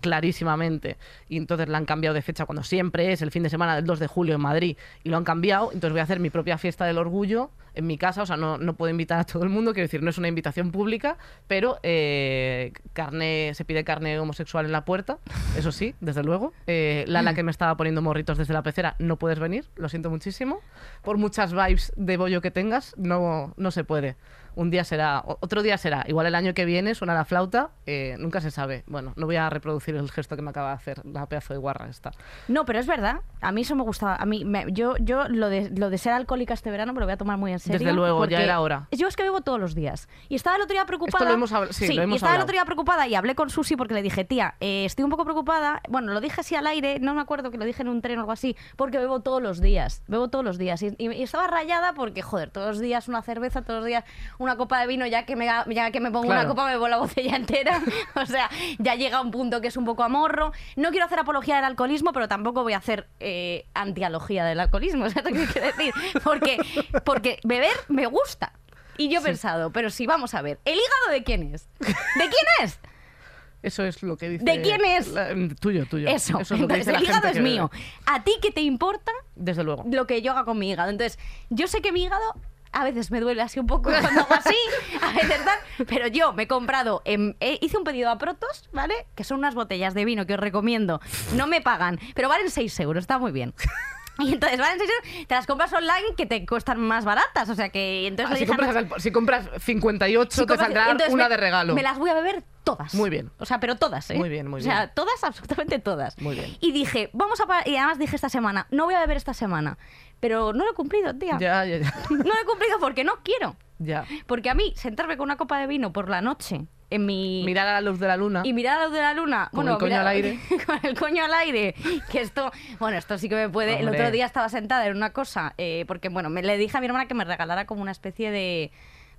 S2: clarísimamente y entonces la han cambiado de fecha cuando siempre es el fin de semana del 2 de julio en Madrid y lo han cambiado entonces voy a hacer mi propia fiesta del orgullo en mi casa o sea no, no puedo invitar a todo el mundo quiero decir no es una invitación pública pero eh, carne se pide carne homosexual en la puerta eso sí desde luego Eh, Lala que me estaba poniendo morritos desde la pecera no puedes venir lo siento muchísimo por muchas vibes de bollo que tengas no, no se puede un día será, o- otro día será, igual el año que viene suena la flauta, eh, nunca se sabe. Bueno, no voy a reproducir el gesto que me acaba de hacer, la pedazo de guarra esta.
S3: No, pero es verdad. A mí eso me gustaba. A mí, me- yo, yo lo de, lo de ser alcohólica este verano me lo voy a tomar muy en serio.
S2: Desde luego, ya
S3: porque
S2: era hora.
S3: Yo es que bebo todos los días. Y estaba el otro día preocupada.
S2: Esto lo hemos habl- sí, lo hemos
S3: y estaba el
S2: hablado.
S3: otro día preocupada y hablé con Susi porque le dije, tía, eh, estoy un poco preocupada. Bueno, lo dije así al aire, no me acuerdo que lo dije en un tren o algo así, porque bebo todos los días. Bebo todos los días. Y, y- y estaba rayada porque, joder, todos los días una cerveza, todos los días una copa de vino, ya que me, ga- ya que me pongo una
S2: Claro.
S3: copa me bebo la (laughs) botella entera. O sea, ya llega un punto que es un poco amorro. No quiero hacer apología del alcoholismo, pero tampoco voy a hacer eh, antialogía del alcoholismo. (laughs) O sea, tengo que decir. Porque, porque beber me gusta. Y yo he pensado, pero si vamos a ver, ¿el hígado de quién es? ¿De quién
S2: (laughs)
S3: es?
S2: Eso es lo que dice.
S3: ¿De quién es?
S2: la- mm, tuyo, tuyo.
S3: Eso.
S2: es
S3: (laughs)
S2: lo que
S3: Entonces,
S2: dice la
S3: el hígado
S2: gente
S3: es
S2: que bebe.
S3: mío. ¿A ti qué te importa
S2: Desde luego.
S3: lo que yo haga con mi hígado. Entonces, yo sé que mi hígado a veces me duele así un poco cuando hago así, a veces tal, pero yo me he comprado, em, eh, hice un pedido a Protos, ¿vale? Que son unas botellas de vino que os recomiendo. No me pagan, pero valen 6 euros, está
S2: (laughs)
S3: muy bien. Y entonces valen 6 euros, te las compras online que te cuestan más baratas, o sea que y entonces
S2: Ah,
S3: le
S2: si,
S3: dije a
S2: compras,
S3: Nacho,
S2: al- si compras 58,
S3: si
S2: te
S3: compras-
S2: saldrá
S3: entonces
S2: una
S3: me-
S2: de regalo.
S3: Me las voy a beber todas.
S2: Muy bien.
S3: O sea, pero todas, ¿eh?
S2: Muy bien, muy
S3: O sea,
S2: bien.
S3: todas, absolutamente todas.
S2: Muy bien.
S3: Y dije, vamos a... pa- Y además dije esta semana, no voy a beber esta semana. Pero no lo he cumplido, tía.
S2: Ya, ya, ya.
S3: No lo he cumplido porque no quiero.
S2: ya.
S3: Porque a mí, sentarme con una copa de vino por la noche en mi.
S2: Mirar a la luz de la luna.
S3: Y mirar a la luz de la luna.
S2: Con
S3: bueno,
S2: el coño
S3: mirar-
S2: al aire.
S3: (laughs) con el coño al aire. Que esto. Bueno, esto sí que me puede. El
S2: Hombre.
S3: otro día estaba sentada en una cosa. eh, porque, bueno, me, le dije a mi hermana que me regalara como una especie de.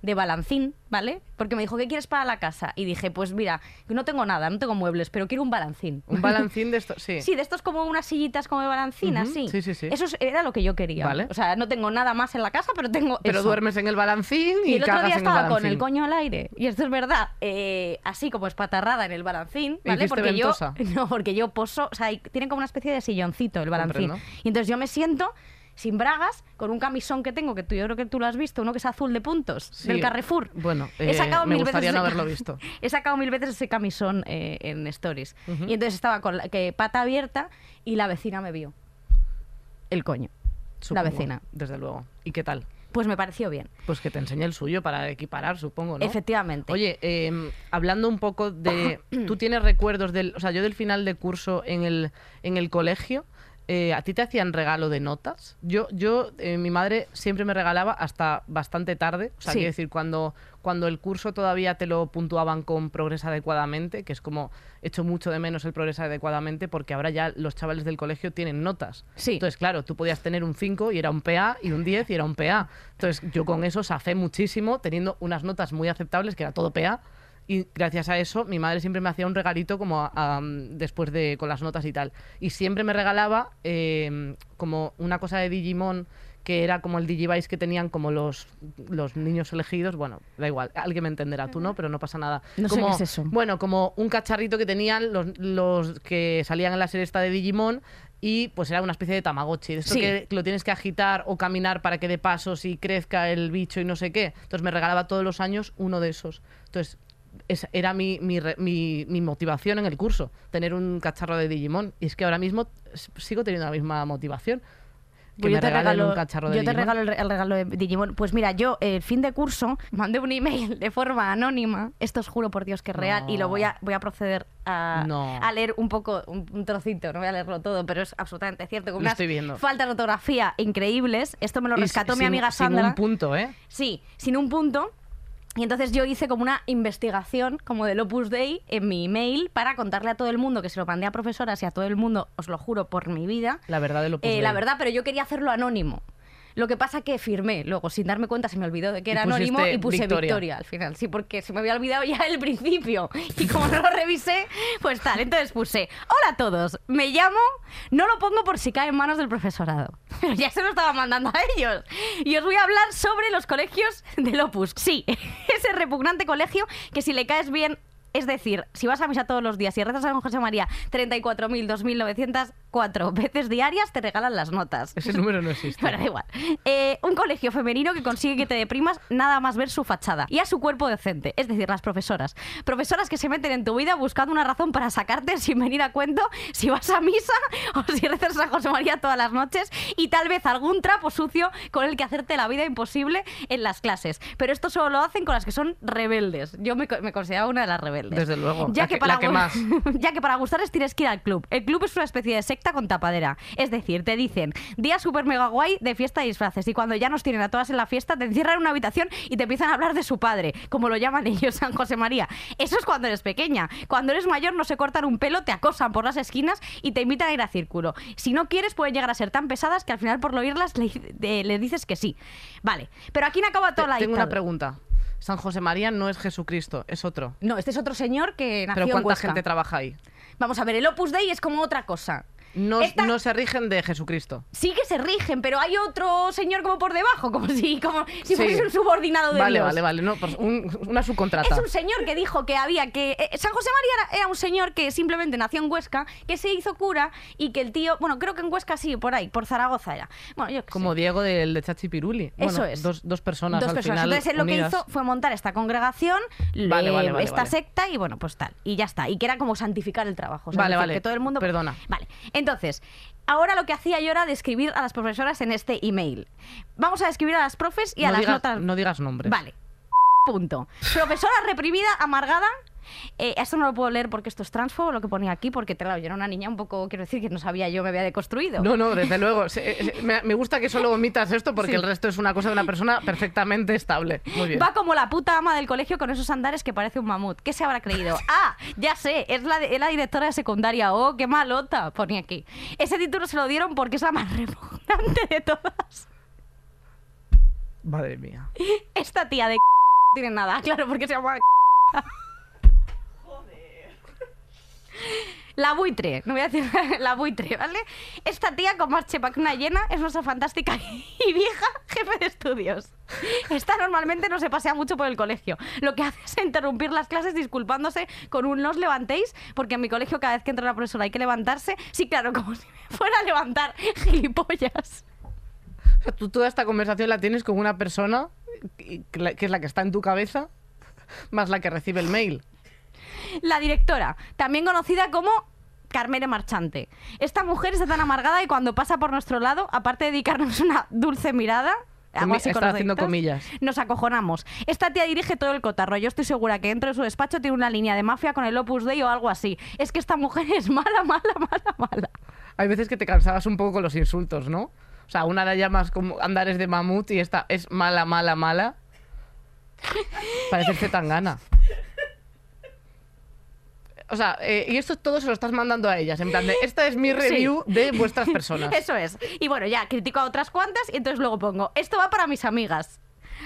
S3: De balancín, ¿vale? Porque me dijo, ¿qué quieres para la casa? Y dije, pues mira, no tengo nada, no tengo muebles, pero quiero un balancín.
S2: Un balancín de esto. Sí.
S3: (laughs) Sí, de estos como unas sillitas como de balancín,
S2: Ujú,
S3: así.
S2: sí, sí, sí.
S3: Eso es- era lo que yo quería.
S2: Vale.
S3: O sea, no tengo nada más en la casa, pero tengo
S2: pero
S3: eso.
S2: duermes en el balancín y,
S3: Y el otro
S2: cagas
S3: día
S2: en
S3: estaba con
S2: balancín.
S3: el coño al aire. Y esto es verdad. eh, así como espatarrada en el balancín,
S2: ¿Y
S3: ¿vale?
S2: hiciste
S3: Porque yo,
S2: ventosa?
S3: (laughs) no, porque yo poso. O sea, hay- tienen como una especie de silloncito el balancín.
S2: Comprendo.
S3: Y entonces yo me siento sin bragas, con un camisón que tengo, que tú yo creo que tú lo has visto, uno que es azul de puntos,
S2: Sí,
S3: del Carrefour.
S2: bueno,
S3: He
S2: eh,
S3: sacado
S2: me
S3: mil veces
S2: gustaría no
S3: ese-
S2: haberlo visto.
S3: (laughs) He sacado mil veces ese camisón eh, en stories. Y entonces estaba con la, que pata abierta y la vecina me vio. El coño.
S2: Supongo,
S3: la vecina.
S2: Desde luego. ¿Y qué tal?
S3: Pues me pareció bien.
S2: Pues que te enseñe el suyo para equiparar, supongo, ¿no?
S3: Efectivamente.
S2: Oye, eh, hablando un poco
S3: (clears throat)
S2: de... ¿Tú tienes recuerdos del... O sea, yo del final de curso en el, en el colegio, eh, ¿a ti te hacían regalo de notas? Yo, yo eh, mi madre siempre me regalaba hasta bastante tarde. O sea,
S3: Sí.
S2: quiero decir, cuando, cuando el curso todavía te lo puntuaban con progresa adecuadamente, que es como... Echo mucho de menos el progresa adecuadamente porque ahora ya los chavales del colegio tienen notas.
S3: Sí.
S2: Entonces, claro, tú podías tener un 5 y era un PA y un 10 y era un PA. Entonces, yo con eso safé muchísimo, teniendo unas notas muy aceptables, que era todo PA, Y gracias a eso, mi madre siempre me hacía un regalito como a- a, mm, después de con las notas y tal. Y siempre me regalaba eh, como una cosa de Digimon que era como el Digivice que tenían como los, los niños elegidos. Bueno, da igual, alguien me entenderá, tú no, pero no pasa nada.
S3: No sé
S2: como,
S3: qué es eso.
S2: Bueno, como un cacharrito que tenían los, los que salían en la serie esta de Digimon y pues era una especie de Tamagotchi. De esto
S3: Sí.
S2: que lo tienes que agitar o caminar para que dé pasos y crezca el bicho y no sé qué. Entonces me regalaba todos los años uno de esos. Entonces esa era mi, mi, re- mi- mi motivación en el curso, tener un cacharro de Digimon. Y es que ahora mismo s- sigo teniendo la misma motivación. Que
S3: Pues
S2: me regalen un cacharro de
S3: yo te
S2: Digimon.
S3: regalo el, re- el regalo de Digimon. Pues mira, yo el fin de curso (laughs) mandé un email de forma anónima. Esto os juro por Dios que es real y lo
S2: No.
S3: voy a, voy a proceder a,
S2: No.
S3: a leer un poco, un, un trocito. No voy a leerlo todo, pero es absolutamente cierto.
S2: Lo
S3: Con unas
S2: estoy viendo.
S3: faltas de ortografía increíbles. Esto me lo
S2: Y
S3: rescató mi
S2: sin-
S3: amiga
S2: sin
S3: Sandra.
S2: un punto, ¿eh?
S3: Sí, sin un punto. Y entonces yo hice como una investigación, como del Opus Dei, en mi email para contarle a todo el mundo, que se lo mandé a profesoras y a todo el mundo, os lo juro por mi vida,
S2: La verdad de lo
S3: eh, la verdad, pero yo quería hacerlo anónimo. Lo que pasa que firmé, luego sin darme cuenta se me olvidó de que
S2: Y
S3: era anónimo
S2: pusiste
S3: y puse victoria.
S2: Victoria.
S3: al final. Sí, porque se me había olvidado ya el principio. Y como no lo revisé, pues tal. Entonces puse, hola a todos, me llamo, no lo pongo por si cae en manos del profesorado. (laughs) Pero ya se lo estaba mandando a ellos. Y os voy a hablar sobre los colegios del Opus. Sí, (laughs) ese repugnante colegio que si le caes bien es decir, si vas a misa todos los días y rezas a San José María 34.2904 veces diarias, te regalan las notas.
S2: Ese número no existe.
S3: (laughs) Bueno, da igual. Eh, un colegio femenino que consigue que te deprimas nada más ver su fachada y a su cuerpo docente, es decir, las profesoras. Profesoras que se meten en tu vida buscando una razón para sacarte (laughs) sin venir a cuento si vas a misa (laughs) o si rezas a José María todas las noches y tal vez algún trapo sucio con el que hacerte la vida imposible en las clases. Pero esto solo lo hacen con las que son rebeldes. Yo me, co- me consideraba una de las rebeldes.
S2: Desde luego,
S3: Ya
S2: la
S3: que,
S2: que-
S3: para
S2: la que
S3: gu- (laughs)
S2: más.
S3: ya que para gustar es tienes que ir al club. El club es una especie de secta con tapadera. Es decir, te dicen día super mega guay de fiesta de disfraces y cuando ya nos tienen a todas en la fiesta te encierran en una habitación y te empiezan a hablar de su padre, como lo llaman (laughs) ellos San José María. Eso es cuando eres pequeña. Cuando eres mayor no se cortan un pelo, te acosan por las esquinas y te invitan a ir a círculo. Si no quieres pueden llegar a ser tan pesadas que al final por lo oírlas le, de- le dices que sí. Vale, pero aquí no acaba toda
S2: Te-
S3: la
S2: Tengo una
S3: dictadura.
S2: pregunta. San José María no es Jesucristo, es otro.
S3: No, este es otro señor que nació
S2: Pero
S3: en
S2: ¿cuánta
S3: Huesca.
S2: gente trabaja ahí?
S3: Vamos a ver, el Opus Dei es como otra cosa.
S2: No,
S3: Esta-
S2: no se rigen de Jesucristo.
S3: Sí que se rigen, pero hay otro señor como por debajo, como si, como
S2: Sí.
S3: si fuese un subordinado de
S2: Vale,
S3: Dios.
S2: vale, vale. No, pues un- una subcontrata.
S3: Es un señor que dijo que había que... eh, San José María era, era un señor que simplemente nació en Huesca, que se hizo cura y que el tío... Bueno, creo que en Huesca sí, por ahí, por Zaragoza era. Bueno, yo qué sé.
S2: Como Diego del de Chachi Piruli.
S3: Eso es.
S2: Dos, dos personas
S3: Dos
S2: al
S3: personas.
S2: final
S3: Entonces, él lo que
S2: unidas.
S3: hizo fue montar esta congregación,
S2: Vale,
S3: eh,
S2: vale, vale,
S3: esta
S2: vale.
S3: secta y bueno, pues tal. Y ya está. Y que era como santificar el trabajo. o sea,
S2: Vale,
S3: decir,
S2: vale.
S3: Que todo el mundo.
S2: Perdona.
S3: Vale. Entonces, ahora lo que hacía yo era describir a las profesoras en este email. Vamos a describir a las profes y a
S2: no
S3: las
S2: digas,
S3: notas.
S2: No digas nombres.
S3: Vale. Punto. Profesora reprimida, amargada. Eh, esto no lo puedo leer porque esto es transfobo, lo que ponía aquí, porque claro, yo era una niña un poco, quiero decir, que no sabía yo, me había deconstruido.
S2: No, no, desde luego. Se- se- me, me gusta que solo omitas esto porque el resto es una cosa de una persona perfectamente estable. Muy bien.
S3: Va como la puta ama del colegio con esos andares que parece un mamut. ¿Qué se
S2: (laughs)
S3: habrá creído? Ah, ya sé, es la, de- es la directora de secundaria. Oh, qué malota, ponía aquí. Ese título se lo dieron porque es la más repugnante de todas.
S2: Madre mía.
S3: Esta tía de tiene nada, (laughs) claro, porque se llama La buitre, no voy a decir (laughs) la buitre, ¿vale? Esta tía con más chepa que una llena es nuestra fantástica (laughs) y vieja jefe de estudios. Esta normalmente no se pasea mucho por el colegio. Lo que hace es interrumpir las clases disculpándose con un no os levantéis, porque en mi colegio cada vez que entra la profesora hay que levantarse. Sí, claro, como si me fuera a levantar, (laughs) gilipollas.
S2: O sea, tú toda esta conversación la tienes con una persona que, que la- que es la que está en tu cabeza más la que recibe el mail.
S3: La directora, también conocida como Carmere Marchante. Esta mujer está tan amargada y cuando pasa por nuestro lado, aparte de dedicarnos una dulce mirada, hago
S2: Comi-
S3: así con
S2: está
S3: los
S2: haciendo
S3: deditos,
S2: comillas.
S3: nos acojonamos. Esta tía dirige todo el cotarro. Yo estoy segura que dentro de su despacho tiene una línea de mafia con el Opus Dei o algo así. Es que esta mujer es mala, mala, mala, mala.
S2: Hay veces que te cansabas un poco con los insultos, ¿no? O sea, una la llamas como andares de mamut y esta es mala, mala, mala. Parecerse tan gana. O sea, eh, y esto todo se lo estás mandando a ellas. En plan, de, esta es mi review de vuestras personas.
S3: Eso es. Y bueno, ya critico a otras cuantas y entonces luego pongo, esto va para mis amigas.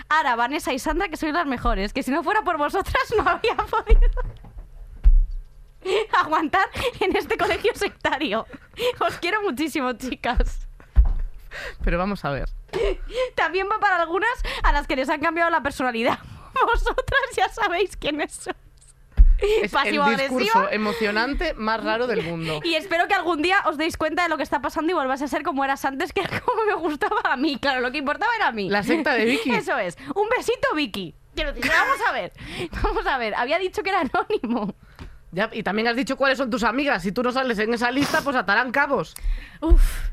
S3: Ara, Vanessa y Sandra, que sois las mejores. Que si no fuera por vosotras no había (laughs) podido aguantar en este colegio sectario. Os quiero muchísimo, chicas.
S2: Pero vamos a ver.
S3: También va para algunas a las que les han cambiado la personalidad. (laughs) Vosotras ya sabéis quiénes sois.
S2: Es el discurso
S3: Pasivo-agresiva.
S2: emocionante más raro del mundo.
S3: Y espero que algún día os deis cuenta de lo que está pasando y volváis a ser como eras antes, que (laughs) era como me gustaba a mí. Claro, lo que importaba era a mí.
S2: La secta de Vicky.
S3: (laughs) Eso es. Un besito, Vicky. Quiero decir, vamos a ver. (laughs) Vamos a ver. Había dicho que era anónimo.
S2: Ya, y también has dicho cuáles son tus amigas. Si tú no sales en esa lista, pues atarán cabos.
S3: Uf.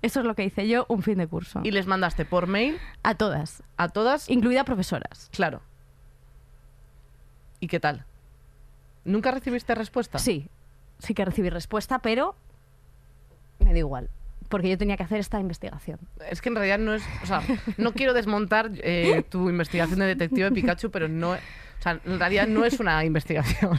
S3: Eso es lo que hice yo un fin de curso.
S2: Y les mandaste por mail
S3: A todas,
S2: a todas.
S3: incluida profesoras.
S2: Claro. ¿Y qué tal? ¿Nunca recibiste respuesta?
S3: Sí, sí que recibí respuesta, pero me da igual. Porque yo tenía que hacer esta investigación.
S2: Es que en realidad no es. O sea, no quiero desmontar eh, tu investigación de detective Pikachu, pero no. O sea, en realidad no es una investigación.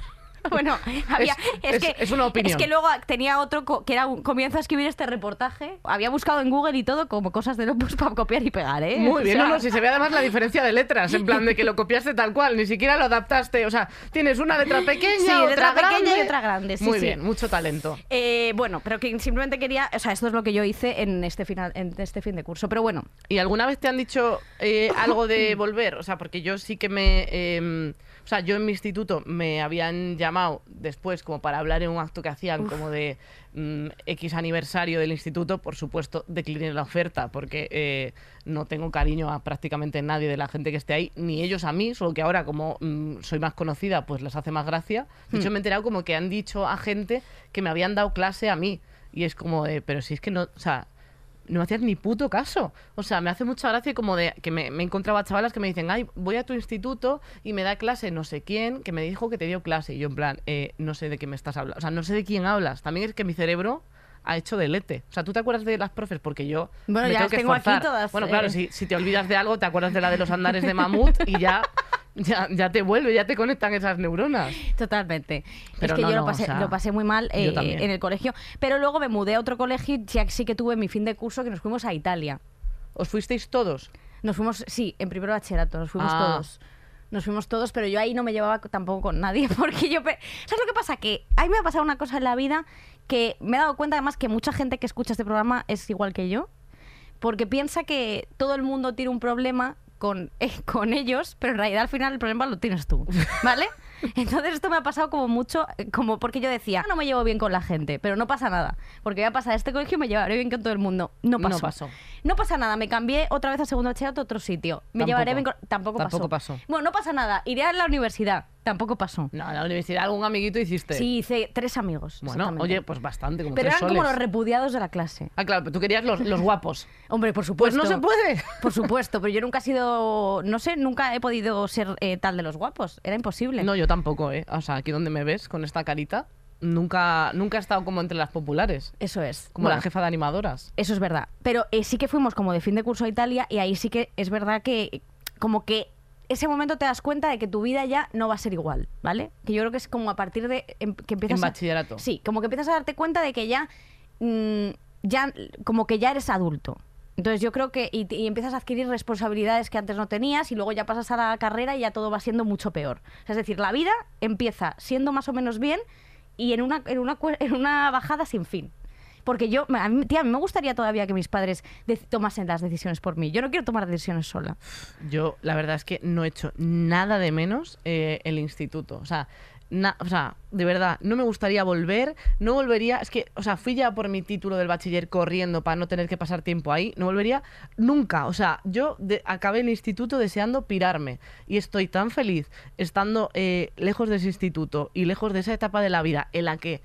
S3: Bueno, había, es,
S2: es-
S3: que,
S2: es una opinión.
S3: Es que luego tenía otro co- que era un- comienzo a escribir este reportaje. Había buscado en Google y todo como cosas de Opus para copiar y pegar, (laughs) ¿eh?
S2: Muy
S3: O
S2: bien,
S3: sea,
S2: no, no, si se ve además la diferencia de letras, en plan de que lo copiaste tal cual, ni siquiera lo adaptaste. O sea, tienes una letra pequeña,
S3: Sí,
S2: otra
S3: letra pequeña y
S2: grande.
S3: otra grande, sí,
S2: Muy
S3: sí.
S2: bien, mucho talento.
S3: eh, bueno, pero que simplemente quería, o sea, esto es lo que yo hice en este final, en este fin de curso. Pero bueno,
S2: ¿Y alguna vez te han dicho eh, algo de volver? O sea, porque yo sí que me... eh, o sea, yo en mi instituto me habían llamado después como para hablar en un acto que hacían como de mm, X aniversario del instituto. Por supuesto, decliné la oferta porque eh, no tengo cariño a prácticamente nadie de la gente que esté ahí, ni ellos a mí, solo que ahora como mm, soy más conocida, pues les hace más gracia. De hecho, me he enterado como que han dicho a gente que me habían dado clase a mí. Y es como de, pero si es que no, o sea, no me hacías ni puto caso. O sea, me hace mucha gracia como de que me, me encontraba chavalas que me dicen, ay, voy a tu instituto y me da clase no sé quién, que me dijo que te dio clase. Y yo en plan, "Eh, no sé de qué me estás hablando. O sea, no sé de quién hablas. También es que mi cerebro ha hecho delete. O sea, ¿tú te acuerdas de las profes? Porque yo
S3: Bueno,
S2: me
S3: ya
S2: tengo
S3: las
S2: que
S3: tengo aquí
S2: esforzar.
S3: todas,
S2: Bueno,
S3: eh.
S2: claro, si, si te olvidas de algo, te acuerdas de la de los andares de mamut y ya, ya, ya te vuelve, ya te conectan esas neuronas.
S3: Totalmente.
S2: Pero
S3: es que
S2: no,
S3: yo
S2: no,
S3: lo,
S2: o
S3: pasé,
S2: sea,
S3: lo pasé muy mal
S2: yo
S3: eh,
S2: también.
S3: en el colegio. Pero luego me mudé a otro colegio y ya sí que tuve mi fin de curso que nos fuimos a Italia.
S2: ¿Os fuisteis todos?
S3: Nos fuimos, sí, en primero de bachillerato, nos fuimos
S2: Ah.
S3: todos. Nos fuimos todos, pero yo ahí no me llevaba co- tampoco con nadie, (laughs) porque yo... pe- ¿Sabes lo que pasa? Que a mí me ha pasado una cosa en la vida que me he dado cuenta además que mucha gente que escucha este programa es igual que yo, porque piensa que todo el mundo tiene un problema con, (laughs) eh, con ellos, pero en realidad al final el problema lo
S2: (laughs)
S3: tienes tú, ¿vale? Entonces esto me ha pasado como mucho, eh, como porque yo decía, "Ah, no me llevo bien con la gente, pero no pasa nada, porque ya pasa, este colegio me llevaré bien con todo el mundo. No
S2: No
S3: pasó.
S2: pasó.
S3: No pasa nada, me cambié otra vez a segundo bachillerato a otro sitio. Me
S2: Tampoco.
S3: llevaré bien con- Tampoco,
S2: Tampoco
S3: pasó.
S2: pasó.
S3: Bueno, no pasa nada, iré a la universidad. Tampoco pasó.
S2: No, en la universidad algún amiguito hiciste.
S3: Sí, hice tres amigos.
S2: Bueno,
S3: exactamente.
S2: oye, pues bastante, como
S3: Pero
S2: tres
S3: eran como
S2: soles.
S3: los repudiados de la clase.
S2: Ah, claro, pero tú querías los, los guapos.
S3: Hombre, por
S2: (laughs)
S3: supuesto.
S2: Pues no se puede.
S3: Por supuesto, pero yo nunca he sido. No sé, nunca he podido ser eh, tal de los guapos. Era
S2: (laughs)
S3: imposible.
S2: No, yo tampoco, ¿eh? O sea, aquí donde me ves con esta carita, nunca, nunca he estado como entre las populares,
S3: Eso es.
S2: como
S3: Bueno,
S2: la jefa de animadoras.
S3: Eso es verdad. Pero eh, sí que fuimos como de fin de curso a Italia y ahí sí que es verdad que eh, como que ese momento te das cuenta de que tu vida ya no va a ser igual, ¿vale? Que yo creo que es como a partir de em- que empiezas
S2: En
S3: a-
S2: bachillerato.
S3: sí, como que empiezas a darte cuenta de que ya mm, ya como que ya eres adulto. Entonces yo creo que y, te- y empiezas a adquirir responsabilidades que antes no tenías y luego ya pasas a la carrera y ya todo va siendo mucho peor. O sea, es decir, la vida empieza siendo más o menos bien y en una en una cue- (laughs) en una bajada sin fin. Porque yo, a mí, tía, a mí me gustaría todavía que mis padres dec- tomasen las decisiones por mí. Yo no quiero tomar decisiones sola.
S2: Yo, la verdad es que no he hecho nada de menos eh, el instituto. O sea, na- o sea, de verdad, no me gustaría volver, no volvería. Es que, o sea, fui ya por mi título del bachiller corriendo para no tener que pasar tiempo ahí. No volvería nunca. O sea, yo de- acabé el instituto deseando pirarme. Y estoy tan feliz estando eh, lejos de ese instituto y lejos de esa etapa de la vida en la que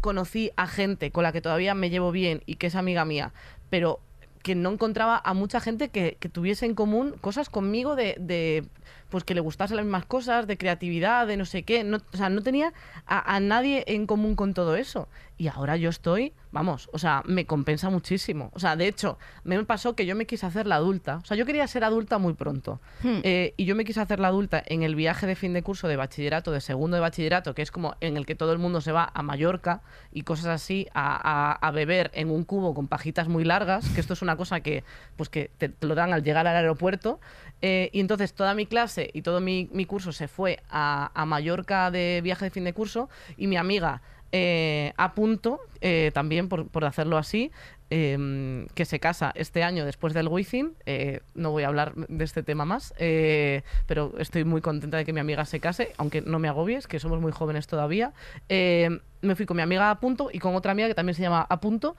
S2: conocí a gente con la que todavía me llevo bien y que es amiga mía, pero que no encontraba a mucha gente que, que tuviese en común cosas conmigo de, de, pues que le gustasen las mismas cosas, de creatividad, de no sé qué. No, o sea, no tenía a, a nadie en común con todo eso. Y ahora yo estoy, vamos, o sea, me compensa muchísimo. O sea, de hecho, me pasó que yo me quise hacer la adulta. O sea, yo quería ser adulta muy pronto.
S3: Hmm.
S2: Eh, y yo me quise hacer la adulta en el viaje de fin de curso de bachillerato, de segundo de bachillerato, que es como en el que todo el mundo se va a Mallorca y cosas así, a, a- a beber en un cubo con pajitas muy largas, que esto es una una cosa que, pues que te, te lo dan al llegar al aeropuerto. Eh, y entonces toda mi clase y todo mi, mi curso se fue a, a Mallorca de viaje de fin de curso y mi amiga eh, a punto, eh, también por, por hacerlo así, eh, que se casa este año después del Wizzing. Eh, no voy a hablar de este tema más, eh, pero estoy muy contenta de que mi amiga se case, aunque no me agobies, que somos muy jóvenes todavía. Eh, me fui con mi amiga a punto y con otra amiga que también se llama a punto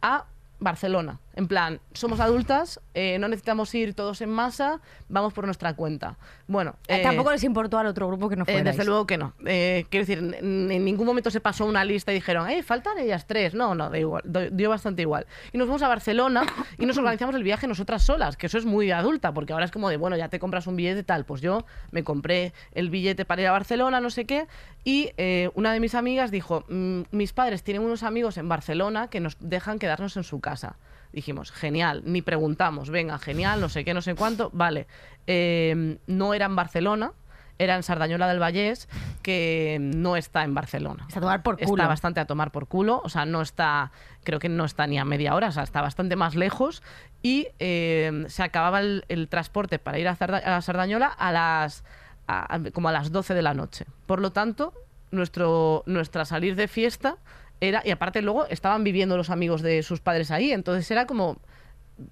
S2: a Barcelona. En plan, somos adultas, eh, no necesitamos ir todos en masa, vamos por nuestra cuenta. Bueno,
S3: Eh,
S2: eh,
S3: Tampoco les importó al otro grupo que no
S2: eh,
S3: fuera.
S2: desde luego que no. Eh, quiero decir, n- n- en ningún momento se pasó una lista y dijeron, eh, faltan ellas tres. No, no, da igual, do- dio bastante igual. Y nos fuimos a Barcelona y nos organizamos el viaje nosotras solas, que eso es muy adulta, porque ahora es como de, bueno, ya te compras un billete tal. Pues yo me compré el billete para ir a Barcelona, no sé qué, y eh, una de mis amigas dijo, "Mm, mis padres tienen unos amigos en Barcelona que nos dejan quedarnos en su casa. Dijimos, genial, ni preguntamos, venga, genial, no sé qué, no sé cuánto, vale. Eh, no era en Barcelona, era en Sardañola del Vallés, que no está en Barcelona.
S3: Está a tomar por culo.
S2: Está bastante a tomar por culo, o sea, no está, creo que no está ni a media hora, o sea, está bastante más lejos. Y eh, se acababa el, el transporte para ir a, Zarda- a Sardañola a las, a- a- como a las 12 de la noche. Por lo tanto, nuestro, nuestra salir de fiesta era, y aparte luego estaban viviendo los amigos de sus padres ahí, entonces era como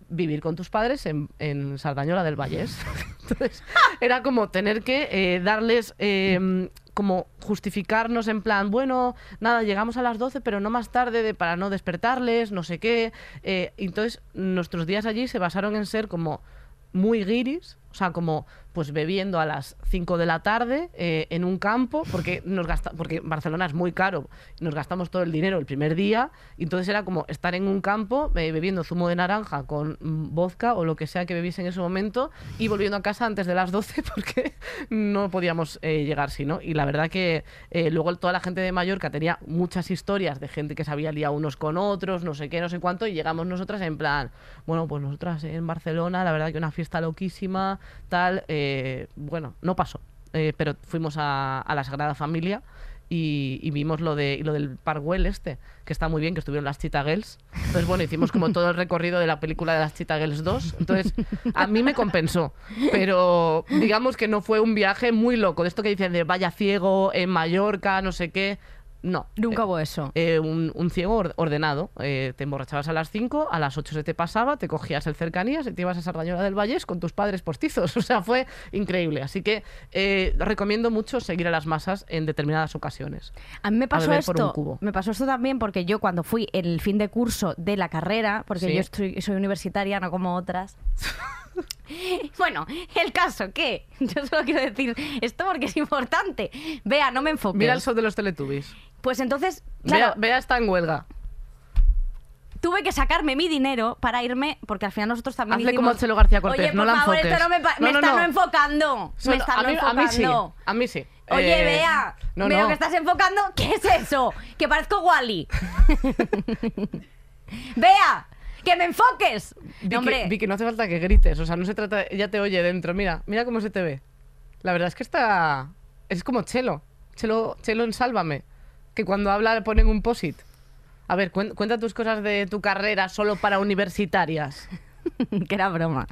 S2: vivir con tus padres en, en Sardañola del Vallés. (laughs) Entonces, era como tener que eh, darles, eh, como justificarnos en plan, bueno, nada, llegamos a las 12, pero no más tarde de- para no despertarles, no sé qué. Eh, entonces, nuestros días allí se basaron en ser como muy guiris, o sea, como pues bebiendo a las 5 de la tarde eh, en un campo, porque nos gasta, porque Barcelona es muy caro, nos gastamos todo el dinero el primer día, y entonces era como estar en un campo eh, bebiendo zumo de naranja con mm, vodka o lo que sea que bebiese en ese momento y volviendo a casa antes de las 12 (laughs) porque no podíamos eh, llegar si no. Y la verdad que eh, luego toda la gente de Mallorca tenía muchas historias de gente que se había liado unos con otros, no sé qué, no sé cuánto, y llegamos nosotras en plan, bueno, pues nosotras en Barcelona, la verdad que una fiesta loquísima, tal, eh, bueno, no pasó. Eh, pero fuimos a, a la Sagrada Familia y, y vimos lo de y lo del Parkwell este, que está muy bien, que estuvieron las Cheetah Girls. Entonces, bueno, hicimos como todo el recorrido de la película de las Cheetah Girls 2. Entonces, a mí me compensó, pero digamos que no fue un viaje muy loco. De esto que dicen de vaya ciego en Mallorca, no sé qué. No.
S3: Nunca hubo eso.
S2: Eh, un, un ciego or- ordenado. Eh, te emborrachabas a las 5, a las 8 se te pasaba, te cogías el cercanías y te ibas a Sardañola del Vallés con tus padres postizos. (laughs) O sea, fue increíble. Así que eh, recomiendo mucho seguir a las masas en determinadas ocasiones.
S3: A mí me pasó
S2: beber por un
S3: esto.
S2: cubo.
S3: Me pasó esto también porque yo cuando fui en el fin de curso de la carrera, porque
S2: Sí.
S3: yo estoy- soy universitaria, no como otras. (laughs) bueno, el caso, ¿qué? (laughs) Yo solo quiero decir esto porque es importante. Vea, no me enfoques.
S2: Mira el show de los Teletubbies.
S3: Pues entonces,
S2: Vea,
S3: claro,
S2: Vea está en huelga.
S3: tuve que sacarme mi dinero para irme, porque al final nosotros también
S2: Hazle
S3: hicimos-
S2: como Chelo García Cortés,
S3: Oye,
S2: no
S3: por
S2: la
S3: favor,
S2: enfoques.
S3: esto no me, pa- me
S2: No, no,
S3: está
S2: no.
S3: no enfocando. me
S2: Solo-
S3: está
S2: a,
S3: no
S2: mí, a
S3: enfocando.
S2: mí sí. A mí sí.
S3: Oye,
S2: Eh,
S3: vea,
S2: No,
S3: veo
S2: no.
S3: que estás enfocando. ¿Qué es eso? Que parezco
S2: (laughs)
S3: Wally. vea, que me enfoques.
S2: Vicky,
S3: No, hombre,
S2: Vicky, no hace falta que grites. O sea, no se trata. Ella te oye dentro. Mira, mira cómo se te ve. La verdad es que está. Es como Chelo. Chelo, Chelo en Sálvame. Que cuando habla le ponen un posit. A ver, cuen- cuenta tus cosas de tu carrera solo para universitarias.
S3: (laughs) que era broma.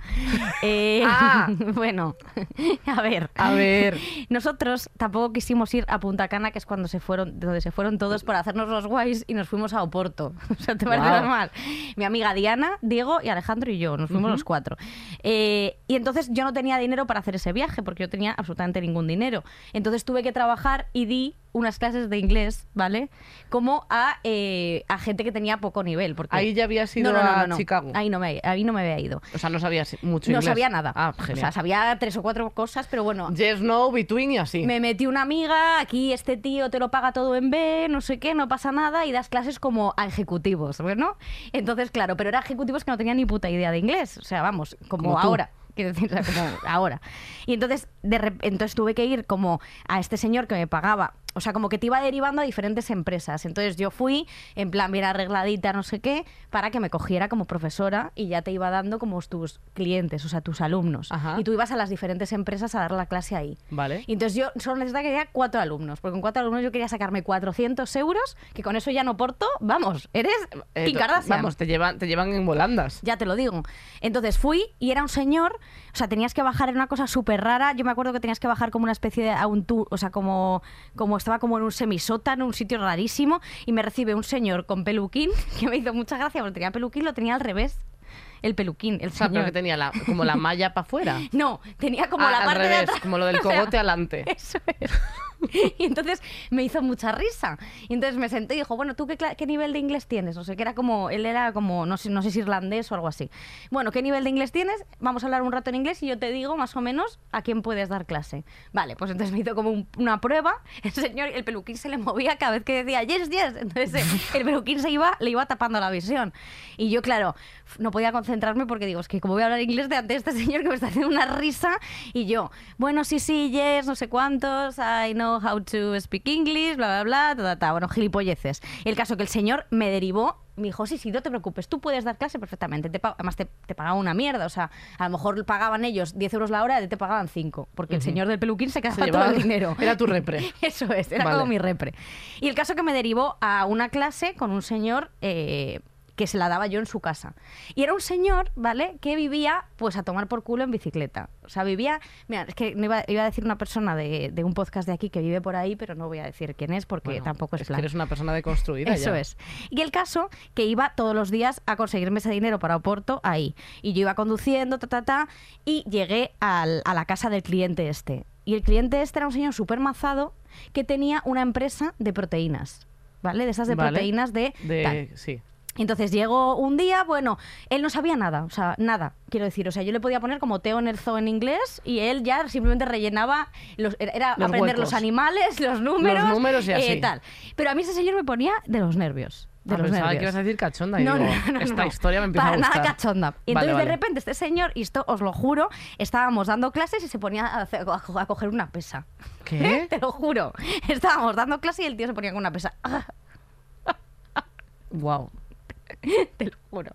S3: Eh,
S2: (laughs)
S3: (laughs)
S2: Ah.
S3: Bueno, (laughs) a ver.
S2: A
S3: (laughs)
S2: ver.
S3: Nosotros tampoco quisimos ir a Punta Cana, que es cuando se fueron, donde se fueron todos para hacernos los guays y nos fuimos a Oporto. (laughs) O sea, te parece
S2: Guau.
S3: normal. Mi amiga Diana, Diego y Alejandro y yo, nos fuimos los cuatro. Eh, y entonces yo no tenía dinero para hacer ese viaje, porque yo tenía absolutamente ningún dinero. Entonces tuve que trabajar y di unas clases de inglés, ¿vale? Como a, eh, a gente que tenía poco nivel. Porque...
S2: Ahí ya habías ido
S3: No, no, no,
S2: a
S3: no, no.
S2: Chicago.
S3: Ahí no me, ahí no me había ido.
S2: O sea, no sabías mucho
S3: no
S2: inglés.
S3: sabía nada.
S2: Ah,
S3: o sea,
S2: genial.
S3: sabía tres o cuatro cosas, pero bueno,
S2: yes, no, between y así.
S3: me metí una amiga, aquí este tío te lo paga todo en B, no sé qué, no pasa nada, y das clases como a ejecutivos, ¿no? Entonces, claro, pero eran ejecutivos que no tenían ni puta idea de inglés, o sea, vamos, como,
S2: Como tú.
S3: ahora. Quiero decir, o sea, como ahora. Y entonces, de rep- entonces tuve que ir como a este señor que me pagaba o sea, como que te iba derivando a diferentes empresas. Entonces yo fui en plan bien arregladita, no sé qué, para que me cogiera como profesora y ya te iba dando como tus clientes, o sea, tus alumnos.
S2: Ajá.
S3: Y tú ibas a las diferentes empresas a dar la clase ahí.
S2: Vale.
S3: Y entonces yo solo necesitaba que haya cuatro alumnos, porque con cuatro alumnos yo quería sacarme 400 euros, que con eso ya no porto, vamos, eres
S2: Eh,
S3: Kim
S2: to-
S3: Kardashian.
S2: vamos, te llevan, te llevan en volandas.
S3: Ya te lo digo. Entonces fui y era un señor, o sea, tenías que bajar en una cosa súper rara. Yo me acuerdo que tenías que bajar como una especie de a un tour, o sea, como, como estaba como en un semisótano, un sitio rarísimo, y me recibe un señor con peluquín, (laughs) que me hizo mucha gracia porque tenía peluquín, lo tenía al revés. El peluquín, el
S2: O sea, (laughs) pero
S3: señor.
S2: que tenía la, como la malla para
S3: (laughs)
S2: afuera.
S3: No, tenía como
S2: Ah,
S3: la
S2: al
S3: parte de
S2: revés,
S3: atrás.
S2: como lo del
S3: (laughs) o sea,
S2: cogote alante.
S3: (laughs) Eso es. Y entonces me hizo mucha risa. Y entonces me senté y dijo, bueno, ¿tú qué, cla- qué nivel de inglés tienes? O sea, que era como, él era como, no sé, no sé si irlandés o algo así. Bueno, ¿qué nivel de inglés tienes? Vamos a hablar un rato en inglés y yo te digo más o menos a quién puedes dar clase. Vale, pues entonces me hizo como un- una prueba. El señor, el peluquín se le movía cada vez que decía, yes, yes. Entonces eh, el peluquín se iba, le iba tapando la visión. Y yo, claro, f- no podía concentrarme porque digo, es que como voy a hablar inglés delante de este señor que me está haciendo una risa y yo, bueno, sí, sí, yes, no sé cuántos, I know how to speak English, bla, bla, bla, ta, ta, ta. bueno, gilipolleces. El caso que el señor me derivó, me dijo, sí, sí, no te preocupes, tú puedes dar clase perfectamente, te pa- además te, te pagaba una mierda, o sea, a lo mejor pagaban ellos 10 euros la hora y te pagaban 5, porque el señor del peluquín se quedaba
S2: Se
S3: todo
S2: llevaba-
S3: el dinero.
S2: (laughs) Era tu repre.
S3: (laughs) Eso es, era
S2: Vale.
S3: como mi repre. Y el caso que me derivó a una clase con un señor eh, que se la daba yo en su casa. Y era un señor, ¿vale?, que vivía pues a tomar por culo en bicicleta. O sea, vivía... Mira, es que no iba, iba a decir una persona de, de un podcast de aquí que vive por ahí, pero no voy a decir quién es porque
S2: Bueno,
S3: tampoco es
S2: que
S3: plan.
S2: eres una persona deconstruida.
S3: Eso
S2: ya.
S3: es. Y el caso que iba todos los días a conseguirme ese dinero para Oporto ahí. Y yo iba conduciendo, ta, ta, ta, y llegué al- a la casa del cliente este. Y el cliente este era un señor súper mazado que tenía una empresa de proteínas. ¿Vale? De esas de
S2: Vale.
S3: proteínas de... tal.
S2: De, sí.
S3: Entonces llegó un día, bueno, él no sabía nada, o sea, nada, quiero decir. O sea, yo le podía poner como Teo en el zoo en inglés y él ya simplemente rellenaba, los, era- era
S2: Los
S3: aprender
S2: huecos.
S3: los animales, los números, eh,
S2: Los números y así.
S3: tal. Pero a mí ese señor me ponía de los nervios. De
S2: Ah,
S3: los
S2: pensaba
S3: nervios.
S2: que ibas a decir cachonda. y digo, esta historia me empieza
S3: Para
S2: a gustar.
S3: nada cachonda. Y
S2: Vale,
S3: entonces
S2: vale.
S3: de repente este señor, y esto os lo juro, estábamos dando clases y se ponía a, hacer- a co- a coger una pesa.
S2: ¿Qué?
S3: (laughs) Te lo juro. Estábamos dando clase y el tío se ponía con una pesa.
S2: Wow.
S3: (laughs) te lo juro.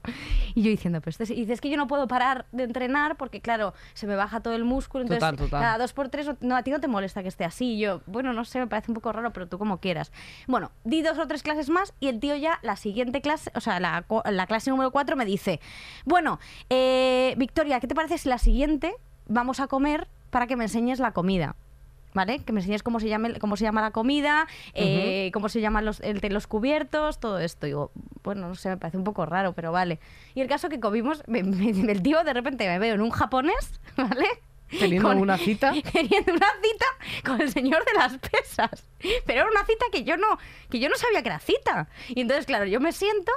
S3: Y yo diciendo, pero este sí- y dices que yo no puedo parar de entrenar porque, claro, se me baja todo el músculo. Entonces,
S2: Total, total.
S3: cada dos por tres, no- no, a ti no te molesta que esté así. Y yo, bueno, no sé, me parece un poco raro, pero tú como quieras. Bueno, di dos o tres clases más y el tío ya, la siguiente clase, o sea, la, cu- la clase número cuatro me dice, bueno, eh, Victoria, ¿qué te parece si la siguiente vamos a comer para que me enseñes la comida? ¿Vale? Que me enseñes cómo se, llame, cómo se llama la comida, eh, cómo se llaman los, el- los cubiertos, todo esto. Digo, bueno, no sé, me parece un poco raro, pero vale. Y el caso que comimos, me- me- el tío de repente me veo en un japonés, (laughs) ¿vale?
S2: Teniendo una
S3: (laughs)
S2: cita.
S3: Teniendo una cita con el señor de las pesas. Pero era una cita que yo no, que yo no sabía que era cita. Y entonces, claro, yo me siento.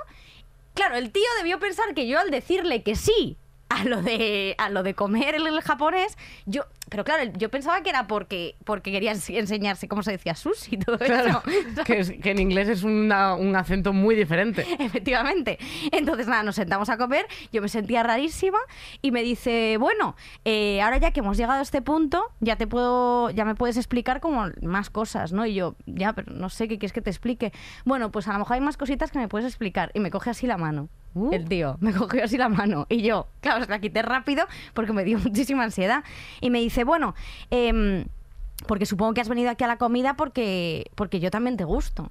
S3: Claro, el tío debió pensar que yo al decirle que sí a lo de, a lo de comer el, el japonés, yo. Pero claro, yo pensaba que era porque, porque quería ens- enseñarse cómo se decía sushi y todo
S2: Claro.
S3: eso.
S2: que, es- que en inglés es una- un acento muy diferente.
S3: (laughs) Efectivamente. Entonces, nada, nos sentamos a comer, yo me sentía rarísima y me dice, bueno, eh, ahora ya que hemos llegado a este punto, ya te puedo, ya me puedes explicar como más cosas, ¿no? Y yo, ya, pero no sé qué quieres que te explique. Bueno, pues a lo mejor hay más cositas que me puedes explicar. Y me coge así la mano.
S2: Uh.
S3: El tío me (laughs) cogió así la mano y yo, claro, se la quité rápido porque me dio muchísima ansiedad. Y me dice, bueno, em, porque supongo que has venido aquí a la comida porque, porque yo también te gusto.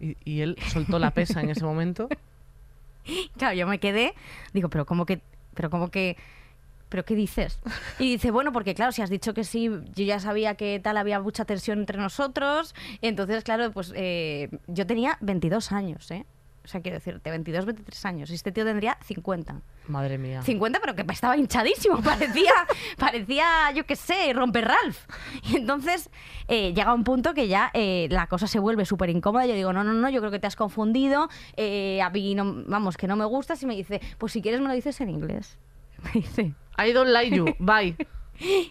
S2: Y, y él soltó la pesa en ese momento.
S3: (laughs) Claro, yo me quedé, digo, pero ¿cómo que, pero cómo que, pero qué dices? Y dice, bueno, porque claro, si has dicho que sí, yo ya sabía que tal había mucha tensión entre nosotros, entonces claro, pues eh, yo tenía 22 años, ¿eh? O sea, quiero decirte, 22, 23 años. Y este tío tendría 50.
S2: Madre mía.
S3: 50, pero que estaba hinchadísimo. (laughs) Parecía, parecía yo qué sé, romper Ralph. Y entonces eh, llega un punto que ya eh, la cosa se vuelve súper incómoda. Yo digo, no, no, no, yo creo que te has confundido. eh, a mí, no- vamos, que no me gustas. Y me dice, pues si quieres me lo dices en inglés. (laughs) Me dice.
S2: I don't like you. Bye.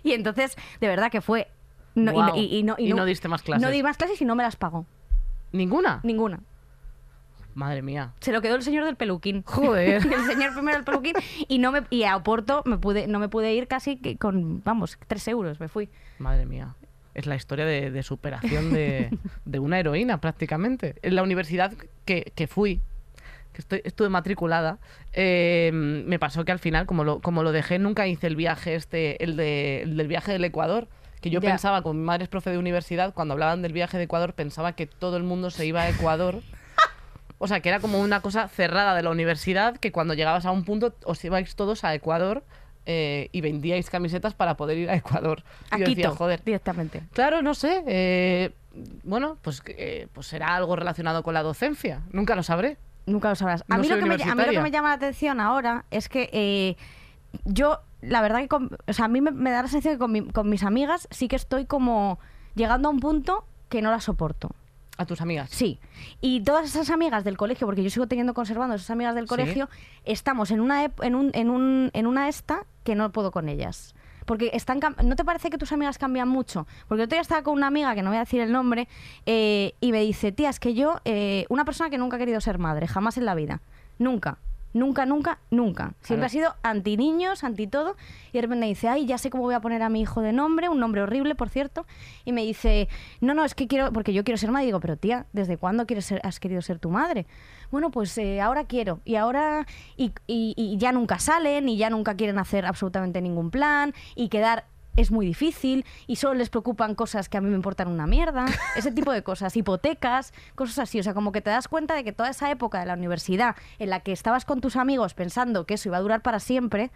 S3: Y entonces, de verdad que fue... no- y-
S2: Guau.
S3: y, y no,
S2: Y no diste más clases.
S3: No di más clases y no me las pagó.
S2: ¿Ninguna?
S3: Ninguna.
S2: Madre mía.
S3: Se lo quedó el señor del peluquín.
S2: (laughs)
S3: (laughs)
S2: Joder.
S3: el señor primero del peluquín y no me y a Oporto me pude no me pude ir casi que con vamos tres euros me fui
S2: Madre mía. es la historia de, de superación
S3: (laughs)
S2: de, de una heroína prácticamente. En la universidad que, que fui, que estoy- estuve matriculada, eh, me pasó que al final, como lo, como lo dejé, nunca hice el viaje este, el, de, el del viaje del Ecuador. Que yo
S3: Ya.
S2: pensaba, como mi madre es profe de universidad, cuando hablaban del viaje de Ecuador, pensaba que todo el mundo se iba a Ecuador. O sea, que era como una cosa cerrada de la universidad, que cuando llegabas a un punto os ibais todos a Ecuador eh, y vendíais camisetas para poder ir a Ecuador. Y
S3: A
S2: yo decía,
S3: Quito,
S2: joder,
S3: directamente.
S2: Claro, no sé. eh, bueno, pues, eh, pues será algo relacionado con la docencia. Nunca lo sabré.
S3: Nunca lo sabrás. A,
S2: No
S3: mí lo
S2: soy
S3: que me, a mí lo que
S2: universitaria.
S3: me llama la atención ahora es que eh, yo, la verdad que, con- o sea, a mí me, me da la sensación que con, mi- con mis amigas sí que estoy como llegando a un punto que no la soporto.
S2: A tus amigas.
S3: Sí. Y todas esas amigas del colegio, porque yo sigo teniendo conservando esas amigas del
S2: Sí.
S3: colegio, estamos en una, ep- en, un, en, un, en una esta que no puedo con ellas. Porque están cam- ¿No te parece que tus amigas cambian mucho? Porque yo otro día estaba con una amiga, que no voy a decir el nombre, eh, y me dice, tía, es que yo, eh, una persona que nunca ha querido ser madre, jamás en la vida, nunca, nunca, nunca, nunca. Siempre
S2: Claro.
S3: ha sido anti niños, anti todo, y de repente dice, ay, ya sé cómo voy a poner a mi hijo de nombre, un nombre horrible, por cierto, y me dice, no, no, es que quiero, porque yo quiero ser madre, y digo, pero tía, ¿desde cuándo quieres ser, has querido ser tu madre? Bueno, pues eh, ahora quiero, y ahora, y, y- y ya nunca salen, y ya nunca quieren hacer absolutamente ningún plan, y quedar es muy difícil y solo les preocupan cosas que a mí me importan
S2: (laughs)
S3: una mierda, ese tipo de cosas, hipotecas, cosas así, o sea, como que te das cuenta de que toda esa época de la universidad en la que estabas con tus amigos pensando que eso iba a durar para siempre,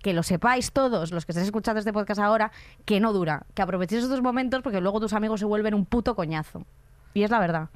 S3: que lo sepáis todos, los que estáis escuchando este podcast ahora, que no dura, que aprovechéis estos momentos porque luego tus amigos se vuelven un puto coñazo. Y es la verdad.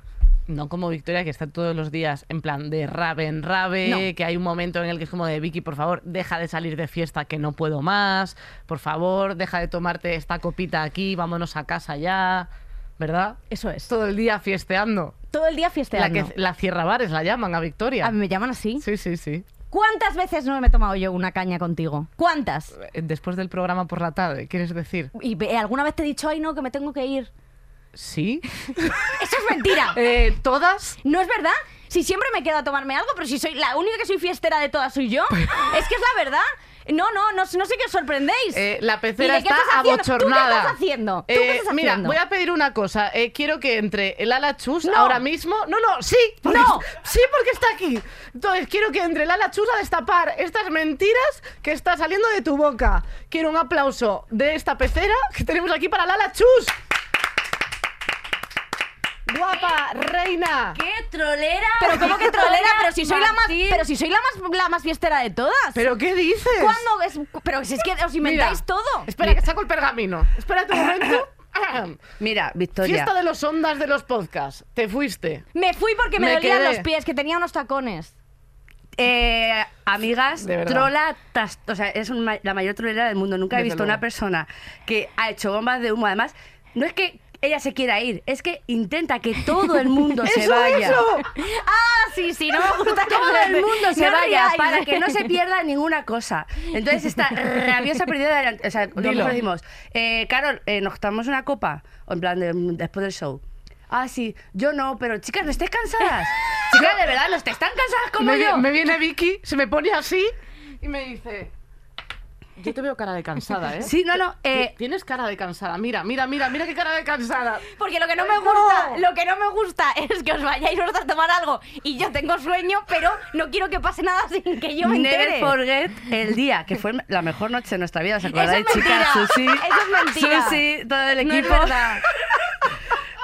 S2: No como Victoria, que está todos los días en plan de rabe en rabe,
S3: No.
S2: que hay un momento en el que es como de Vicky, por favor, deja de salir de fiesta que no puedo más. Por favor, deja de tomarte esta copita aquí, vámonos a casa ya. ¿Verdad?
S3: Eso es. Todo,
S2: Todo el día fiesteando.
S3: el día
S2: La,
S3: fiesteando.
S2: que, la cierra bares la llaman a Victoria.
S3: A mí me llaman así.
S2: Sí, sí, sí.
S3: ¿Cuántas veces no me he tomado yo una caña contigo? ¿Cuántas?
S2: Eh, Después del programa por la tarde, ¿quieres decir?
S3: Y eh, alguna vez te he dicho, ay no, que me tengo que ir.
S2: Sí.
S3: Eso es
S5: (laughs)
S3: mentira.
S2: Eh, ¿Todas?
S3: ¿No es verdad? Si siempre me quedo a tomarme algo, pero si soy la única que soy fiestera de todas soy yo. es que es la verdad. No, no, no, no sé qué os sorprendéis.
S2: Eh, la
S3: ¿Y
S2: pecera
S3: de qué
S2: está
S3: estás haciendo? ¿Tú qué
S2: abochornada.
S3: estás haciendo? ¿Tú qué
S2: Eh,
S3: estás
S2: mira,
S3: haciendo?
S2: voy a pedir una cosa. Eh, quiero que entre el ala chus
S3: No.
S2: ahora mismo. No, no, sí. porque-
S3: No.
S2: (laughs) Sí, porque está aquí. Entonces, quiero que entre el ala chus a destapar estas mentiras que está saliendo de tu boca. Quiero un aplauso de esta pecera que tenemos aquí para el ala chus. Guapa, reina.
S5: ¡Qué trolera!
S3: pero cómo que trolera, pero si soy la más,
S5: Martín.
S3: pero si soy la más, la más fiestera de todas.
S2: ¿Pero qué dices?
S3: ¿Cuándo es? Pero si es que os inventáis
S2: Mira,
S3: todo.
S2: Espera, que saco el pergamino. Espérate un
S3: (coughs)
S2: momento. (coughs) Ah,
S5: Mira, Victoria.
S2: Fiesta de los ondas de los podcasts. Te fuiste.
S3: Me fui porque me,
S2: Me
S3: dolían
S2: quedé.
S3: los pies, que tenía unos tacones.
S5: Eh, amigas,
S2: De verdad.
S5: trola, tas- o sea, es un ma- la mayor trolera del mundo. Nunca he
S2: Desde
S5: visto
S2: luego.
S5: una persona que ha hecho bombas de humo. Además, no es que ella se quiera ir, es que intenta que todo el
S2: (laughs)
S5: mundo se
S2: ¡Eso,
S5: vaya.
S2: eso!
S3: Ah, sí, sí, no me
S5: (laughs)
S3: gusta. que
S5: Todo
S3: me-
S5: el mundo se
S3: No
S5: vaya
S3: riáis.
S5: para que no se pierda ninguna cosa. Entonces está rabiosa perdida de la- O sea,
S2: Dilo.
S5: nosotros decimos, eh, Carol, eh, nos tomamos una copa. O en plan, de- mm, después del show. Ah, sí, yo no, pero chicas, no
S3: (laughs)
S5: estés cansadas. Chicas, de verdad, no estés tan cansadas como
S2: me, vi-
S5: yo.
S2: me viene Vicky, se me pone así y me dice... Yo te veo cara de cansada, ¿eh?
S5: Sí, no, no. eh,
S2: Ti- Tienes cara de cansada. Mira, mira, mira, mira qué cara de cansada.
S3: Porque lo que no me gusta, lo que no me gusta (laughs) es que os vayáis vosotros a tomar algo y yo tengo sueño, pero no quiero que pase nada sin que yo me entere.
S5: Never forget el día, que fue la mejor noche de nuestra vida, ¿os acordáis,
S3: Eso es
S5: chicas? Susi,
S3: mentira. Eso es mentira.
S5: Susi, todo el
S3: No
S5: equipo.
S3: es verdad.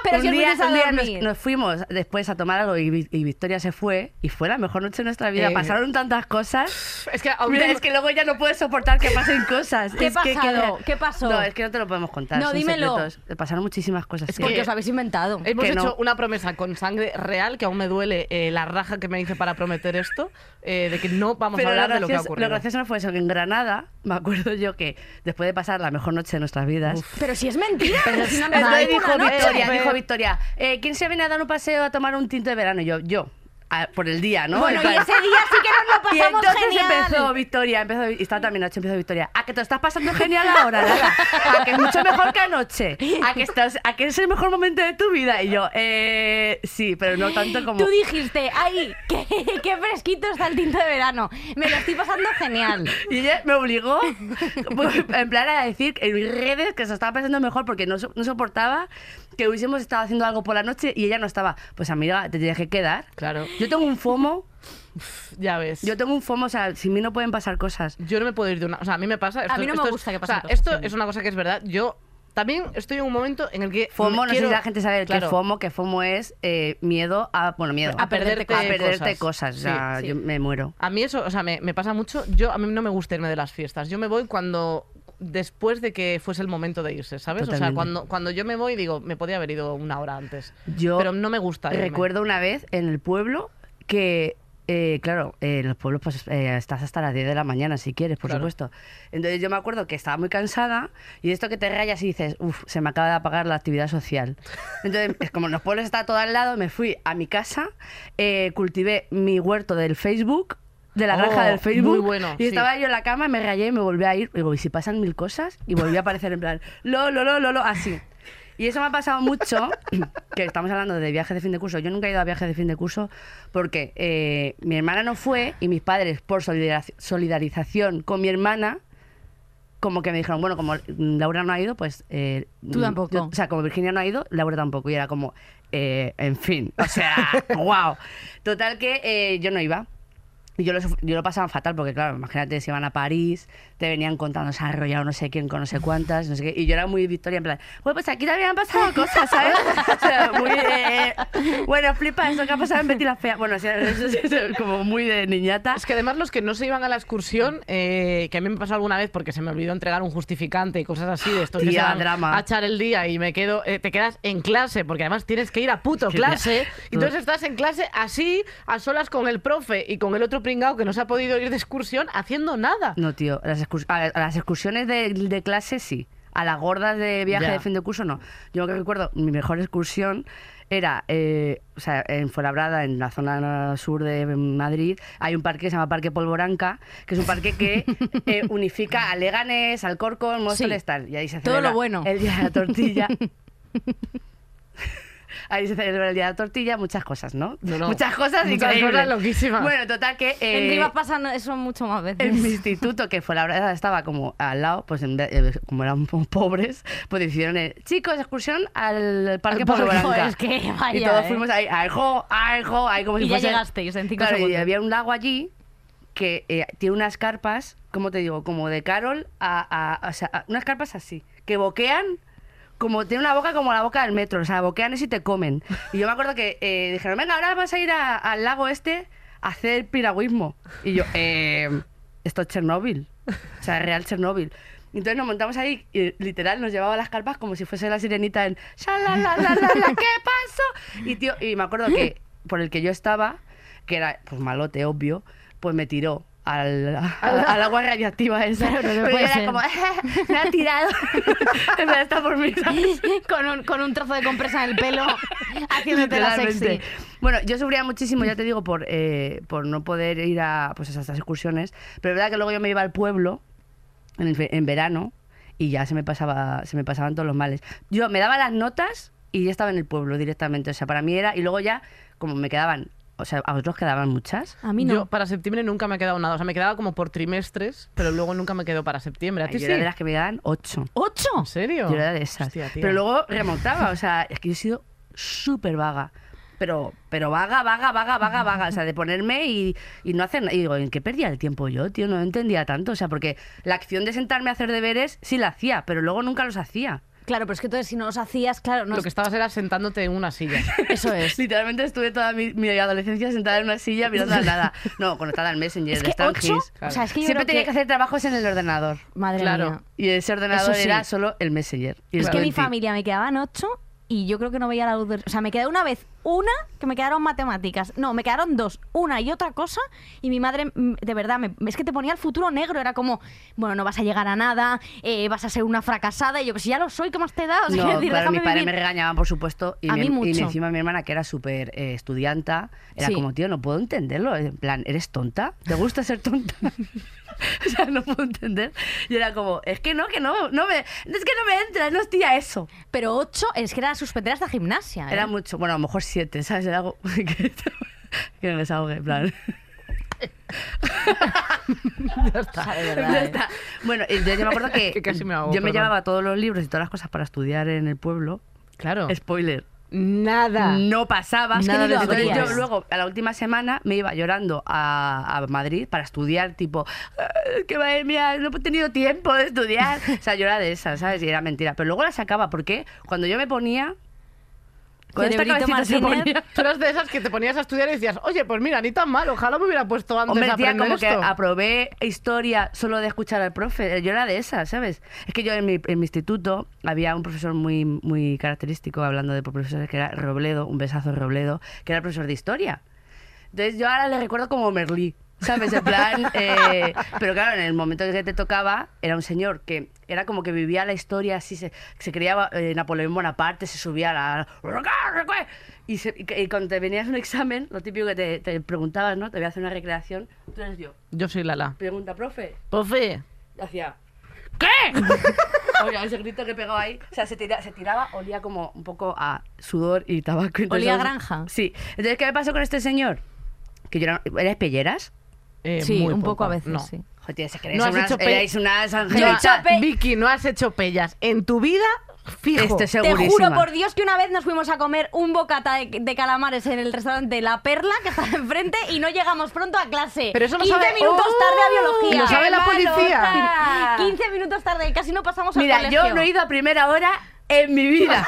S3: Pero
S5: un
S3: si os
S5: día,
S3: vais a
S5: un día
S3: dormir.
S5: nos, nos fuimos después a tomar algo y, Vi- y Victoria se fue y fue la mejor noche de nuestra vida.
S2: Eh.
S5: Pasaron tantas cosas.
S2: Es que, aún
S5: Mira,
S2: tengo-
S5: es que luego ya no puedes soportar que pasen cosas.
S3: ¿Qué
S5: Es que
S3: pasado?
S5: queda-
S3: ¿Qué pasó?
S5: No, es que no te lo podemos contar.
S3: No,
S5: son
S3: dímelo.
S5: secretos. Pasaron muchísimas cosas.
S2: Es
S5: sí. Eh,
S3: Porque os habéis inventado.
S2: Hemos
S5: que
S2: hecho
S5: no.
S2: una promesa con sangre real, que aún me duele eh, la raja que me hice para prometer esto, eh, de que no vamos a hablar de lo que ha
S5: gracioso-
S2: ocurrido.
S5: gracioso no fue eso, que en Granada, me acuerdo yo que después de pasar la mejor noche de nuestras vidas,
S3: Pero si es mentira. si no nos
S5: Entonces
S3: vais
S5: dijo
S3: una noche.
S5: Victoria,
S2: Pero-
S5: dijo Victoria, eh, ¿quién se viene a dar un paseo a tomar un tinto de verano? Y yo, yo. a- por el día, ¿no?
S3: Bueno,
S5: En
S3: y
S5: plan-
S3: ese día sí que nos lo
S5: (laughs) Y
S3: pasamos
S5: entonces
S3: genial.
S5: empezó Victoria, empezó, y estaba también noche, empezó Victoria. A que te lo estás pasando genial ahora, Lara. A que es mucho mejor que anoche. A que, estás, a que es el mejor momento de tu vida. Y yo, eh, sí, pero no tanto como...
S3: Tú dijiste, ay, qué, (laughs) qué fresquito está el tinto de verano. Me lo estoy pasando genial.
S5: Y ella me obligó, (laughs) en plan, a decir en mis redes que se estaba pasando mejor porque no, so- no soportaba que hubiésemos estado haciendo algo por la noche y ella no estaba. Pues amiga, te tienes que quedar.
S2: Claro.
S5: Yo tengo un FOMO,
S2: Ya ves.
S5: yo tengo un FOMO, o sea, sin mí no pueden pasar cosas.
S2: Yo no me puedo ir de una. O sea, a mí me pasa. Esto,
S3: mí no me
S2: esto es-
S3: gusta que
S2: o sea,
S3: pasen cosas
S2: esto
S3: así.
S2: es una cosa que es verdad. Yo también estoy en un momento en el que.
S5: FOMO, no sé
S2: quiero-
S5: si la gente sabe qué
S2: Claro.
S5: es FOMO, que FOMO es eh, miedo a, bueno, miedo
S2: A perderte
S5: a perderte
S2: cosas.
S5: cosas, o sea,
S3: Sí, sí.
S5: yo me muero.
S2: A mí eso, o sea, me, me pasa mucho. Yo a mí no me gusta irme de las fiestas. Yo me voy cuando después de que fuese el momento de irse, ¿sabes? O sea,
S5: Totalmente.
S2: cuando, cuando yo me voy digo, me podía haber ido una hora antes.
S5: Yo
S2: pero no me gusta. irme.
S5: Recuerdo una vez en el pueblo que, eh, claro, eh, en los pueblos pues eh, estás hasta las 10 de la mañana si quieres, por
S2: Claro.
S5: supuesto. Entonces yo me acuerdo que estaba muy cansada y esto que te rayas y dices, uff, se me acaba de apagar la actividad
S2: (laughs)
S5: social. Entonces, es como en los pueblos está todo al lado, me fui a mi casa, eh, cultivé mi huerto del Facebook. De la
S2: Oh,
S5: granja del Facebook.
S2: muy bueno,
S5: Y
S2: sí.
S5: estaba yo en la cama, me rayé y me volví a ir. Digo, ¿y si pasan mil cosas? Y volví a aparecer en plan, lo, lo, lo, lo, lo, así. Y eso me ha pasado mucho, (coughs) que estamos hablando de viajes de fin de curso. Yo nunca he ido a viajes de fin de curso porque eh, mi hermana no fue y mis padres, por solidariz- solidarización con mi hermana, como que me dijeron, bueno, como mm, Laura no ha ido, pues... eh,
S3: Tú
S5: mm,
S3: tampoco.
S5: yo- o sea, como Virginia no ha ido, Laura tampoco. Y era como, eh, en fin, o sea, (laughs) wow. Total que eh, yo no iba. Y yo lo, suf- yo lo pasaba fatal porque, claro, imagínate, se iban a París, te venían contando, se ha arrollado no sé quién con no sé cuántas, no sé qué. Y yo era muy Victoria, en plan, bueno, pues aquí también han pasado cosas, ¿sabes? (laughs) o sea, muy. eh, bueno, flipa eso que ha pasado en Betty la Fea. Bueno, o sea, eso es- eso es como muy de niñata.
S2: Es que además los que no se iban a la excursión, eh, que a mí me pasó alguna vez porque se me olvidó entregar un justificante y cosas así de esto que
S5: Tía,
S2: se van
S5: drama.
S2: a echar el día y me quedo, eh, te quedas en clase porque además tienes que ir a puto
S5: Es que (laughs)
S2: clase.
S5: ya-
S2: Y entonces estás en clase así, a solas con el profe y con el otro pringao que no se ha podido ir de excursión haciendo nada.
S5: No, tío, las excurs- a, a las excursiones de, de clase sí. A las gordas de viaje
S2: Ya.
S5: de fin de curso no. Yo que recuerdo, mi mejor excursión era, eh, o sea, en Fuenlabrada, en la zona sur de Madrid, hay un parque que se llama Parque Polvoranca, que es un parque que eh, unifica a Leganés, Alcorcón, Móstoles,
S3: Sí.
S5: tal. Y ahí se
S3: Todo lo
S5: celebra
S3: bueno.
S5: El Día de la Tortilla. Ahí se celebra el Día de la Tortilla, muchas cosas, ¿no?
S2: No, no.
S5: Muchas cosas
S2: Muchas
S5: increíbles.
S2: cosas loquísimas.
S5: Bueno, total que...
S3: En
S5: eh,
S3: Rivas pasa eso mucho más veces.
S5: en
S3: (laughs)
S5: mi instituto, que fue la verdad, estaba como al lado, pues en vez- eh, como eran po- pobres, pues decidieron, eh, chicos, excursión al parque
S3: Al
S5: Pablo
S3: parque, (laughs)
S5: Blanca.
S3: es que vaya,
S5: Y todos
S3: eh.
S5: fuimos ahí, algo, algo, ahí como
S3: Y
S5: si
S3: ya
S5: fuese-
S3: llegasteis en cinco
S5: Claro, y
S3: segundos.
S5: había un lago allí que eh, tiene unas carpas, como te digo, como de Carol, a, a- o sea, a- unas carpas así, que boquean. Como tiene una boca como la boca del metro, o sea, boquean eso y te comen. Y yo me acuerdo que eh, dijeron, venga, ahora vas a ir a- al lago este a hacer piragüismo. Y yo, eh, esto es Chernóbil, o sea, real Chernóbil. Entonces nos montamos ahí y literal nos llevaba las carpas como si fuese la sirenita en "Sha, la, la, la, la, la, ¿qué pasó? Y tío, y me acuerdo que por el que yo estaba, que era pues malote, obvio, pues me tiró al, al- al agua radiactiva esa.
S3: Claro, no
S5: Pero
S3: puede
S5: yo era
S3: ser.
S5: como, (laughs) me ha tirado.
S2: (laughs)
S5: en verdad está por mí. ¿sabes?
S3: (laughs) con, un, con un trozo de compresa en el
S5: (laughs)
S3: pelo, haciéndote la sexy.
S5: Literalmente. Bueno, yo sufría muchísimo, ya te digo, por, eh, por no poder ir a pues, esas excursiones. Pero es verdad que luego yo me iba al pueblo en, el ve- en verano y ya se me, pasaba, se me pasaban todos los males. Yo me daba las notas y ya estaba en el pueblo directamente. O sea, para mí era. Y luego ya, como me quedaban. O sea, a otros quedaban muchas.
S3: A mí no.
S2: Yo para septiembre nunca me he quedado nada. O sea, me quedaba como por trimestres, pero luego nunca me quedo para septiembre. ¿A ti
S5: Yo
S2: sí?
S5: era de las que me daban ocho.
S3: ¿Ocho?
S2: ¿En serio?
S5: Yo era de esas.
S2: Hostia, tía.
S5: pero luego remontaba, o sea, es que yo he sido súper vaga. Pero, pero vaga, vaga, vaga, vaga, vaga. O sea, de ponerme y, y no hacer nada. Y digo, ¿en qué perdía el tiempo yo, tío? No entendía tanto. O sea, porque la acción de sentarme a hacer deberes sí la hacía, pero luego nunca los hacía.
S3: Claro, pero es que entonces si no los hacías, claro, no.
S2: Lo que estabas era sentándote en una
S5: (laughs)
S2: silla. (laughs)
S3: Eso es.
S5: Literalmente estuve toda mi, mi adolescencia sentada en una silla
S3: (laughs)
S5: mirando a nada. No, conectada al Messenger,
S3: Es
S5: de
S3: que
S5: Strangis.
S3: ocho, o sea, es que yo
S5: Siempre
S3: creo
S5: tenía que...
S3: que-
S5: hacer trabajos en el ordenador.
S3: Madre
S2: Claro.
S3: mía.
S5: Y ese ordenador
S3: sí.
S5: era solo el Messenger. Y el
S3: Es que mi
S5: Twenty.
S3: familia me quedaban ocho y yo creo que no veía la luz. del- O sea, me quedé una vez una que me quedaron matemáticas. No, me quedaron dos. Una y otra cosa. Y mi madre, mm, de verdad, me- es que te ponía el futuro negro. Era como, bueno, no vas a llegar a nada, eh, vas a ser una fracasada. Y yo, pues si ya lo soy, ¿qué más te da? (laughs) O sea,
S5: No,
S3: quiero decir,
S5: claro,
S3: déjame
S5: mis padres me
S3: vivir.
S5: regañaban, por supuesto. Y,
S3: A
S5: mi-
S3: mí mucho.
S5: y encima mi hermana, que era súper eh, estudianta, era
S3: Sí.
S5: como, tío, no puedo entenderlo. En plan, ¿eres tonta? ¿Te gusta ser tonta? (laughs) o sea, no puedo entender. Y era como, es que no, que no, no me, es que no me entra, no estoy a eso.
S3: Pero ocho es que era suspender hasta gimnasia. ¿eh?
S5: Era mucho, bueno, a lo mejor siete, ¿sabes? Era algo (laughs) que, que me desahogue, en plan.
S2: Ya está.
S5: (laughs)
S3: eh.
S5: Ya está. Bueno, entonces yo
S3: (laughs)
S5: me acuerdo que,
S2: Que casi me ahogo,
S5: yo me
S2: perdón.
S5: llevaba todos los libros y todas las cosas para estudiar en el pueblo.
S2: Claro.
S5: Spoiler,
S2: Nada.
S5: no pasaba.
S3: Es que ni lo
S5: Entonces yo
S3: abrías.
S5: luego, a la última semana, me iba llorando a, a Madrid para estudiar, tipo, "Ah, es que madre mía, no he tenido tiempo de estudiar. O sea, yo era de esas, ¿sabes? Y era mentira. Pero luego la sacaba, porque cuando yo me ponía... Cuando esta
S3: Cerebrito
S5: cabecita se
S3: Martínez.
S5: ponía...
S2: Tú (laughs) eras de esas que te ponías a estudiar y decías, oye, pues mira, ni tan mal, ojalá me hubiera puesto antes
S5: Hombre,
S2: a
S5: tía,
S2: aprender
S5: como que
S2: esto.
S5: aprobé historia solo de escuchar al profe. Yo era de esas, ¿sabes? Es que yo en mi, en mi instituto había un profesor muy, muy característico, hablando de profesores, que era Robledo, un besazo Robledo, que era profesor de historia. Entonces yo ahora le recuerdo como Merlí, ¿sabes? En plan... eh, pero claro, en el momento que te tocaba, era un señor que era como que vivía la historia así, se, se creía eh, Napoleón Bonaparte, se subía a la... Y, se- y cuando te venías un examen, lo típico que te, te preguntabas, ¿no? Te voy a hacer una recreación. Tú eres yo.
S2: Yo soy Lala.
S5: Pregunta, profe.
S2: Profe,
S5: Y hacía... ¿Qué? (laughs) Oye, ese grito que pegaba ahí. O sea, se tira- se tiraba, olía como un poco a sudor y tabaco. Entonces,
S3: Olía a granja.
S5: Sí. Entonces, ¿qué me pasó con este señor? Que yo era... ¿Eres pelleras?
S2: eh,
S3: Sí,
S2: muy
S3: un poco a veces,
S2: No.
S3: sí.
S5: Joder, se
S2: No has
S5: unas,
S2: hecho pe-
S5: erais unas
S2: Yo-
S5: angelitas.
S2: Vicky, no has hecho pellas. En tu vida, fijo.
S5: Estoy
S3: Te
S5: segurísima.
S3: juro por Dios que una vez nos fuimos a comer un bocata de, de calamares en el restaurante La Perla, que está enfrente, y no llegamos pronto a clase.
S2: Pero eso lo
S3: 15
S2: sabe-
S3: minutos
S2: ¡Oh!
S3: tarde a biología.
S2: Lo sabe
S5: ¡Qué
S2: la policía.
S3: (laughs)
S5: malota!
S3: 15 minutos tarde, casi no pasamos al
S5: Mira,
S3: colegio.
S5: yo no he ido a primera hora en mi
S2: (laughs)
S5: vida.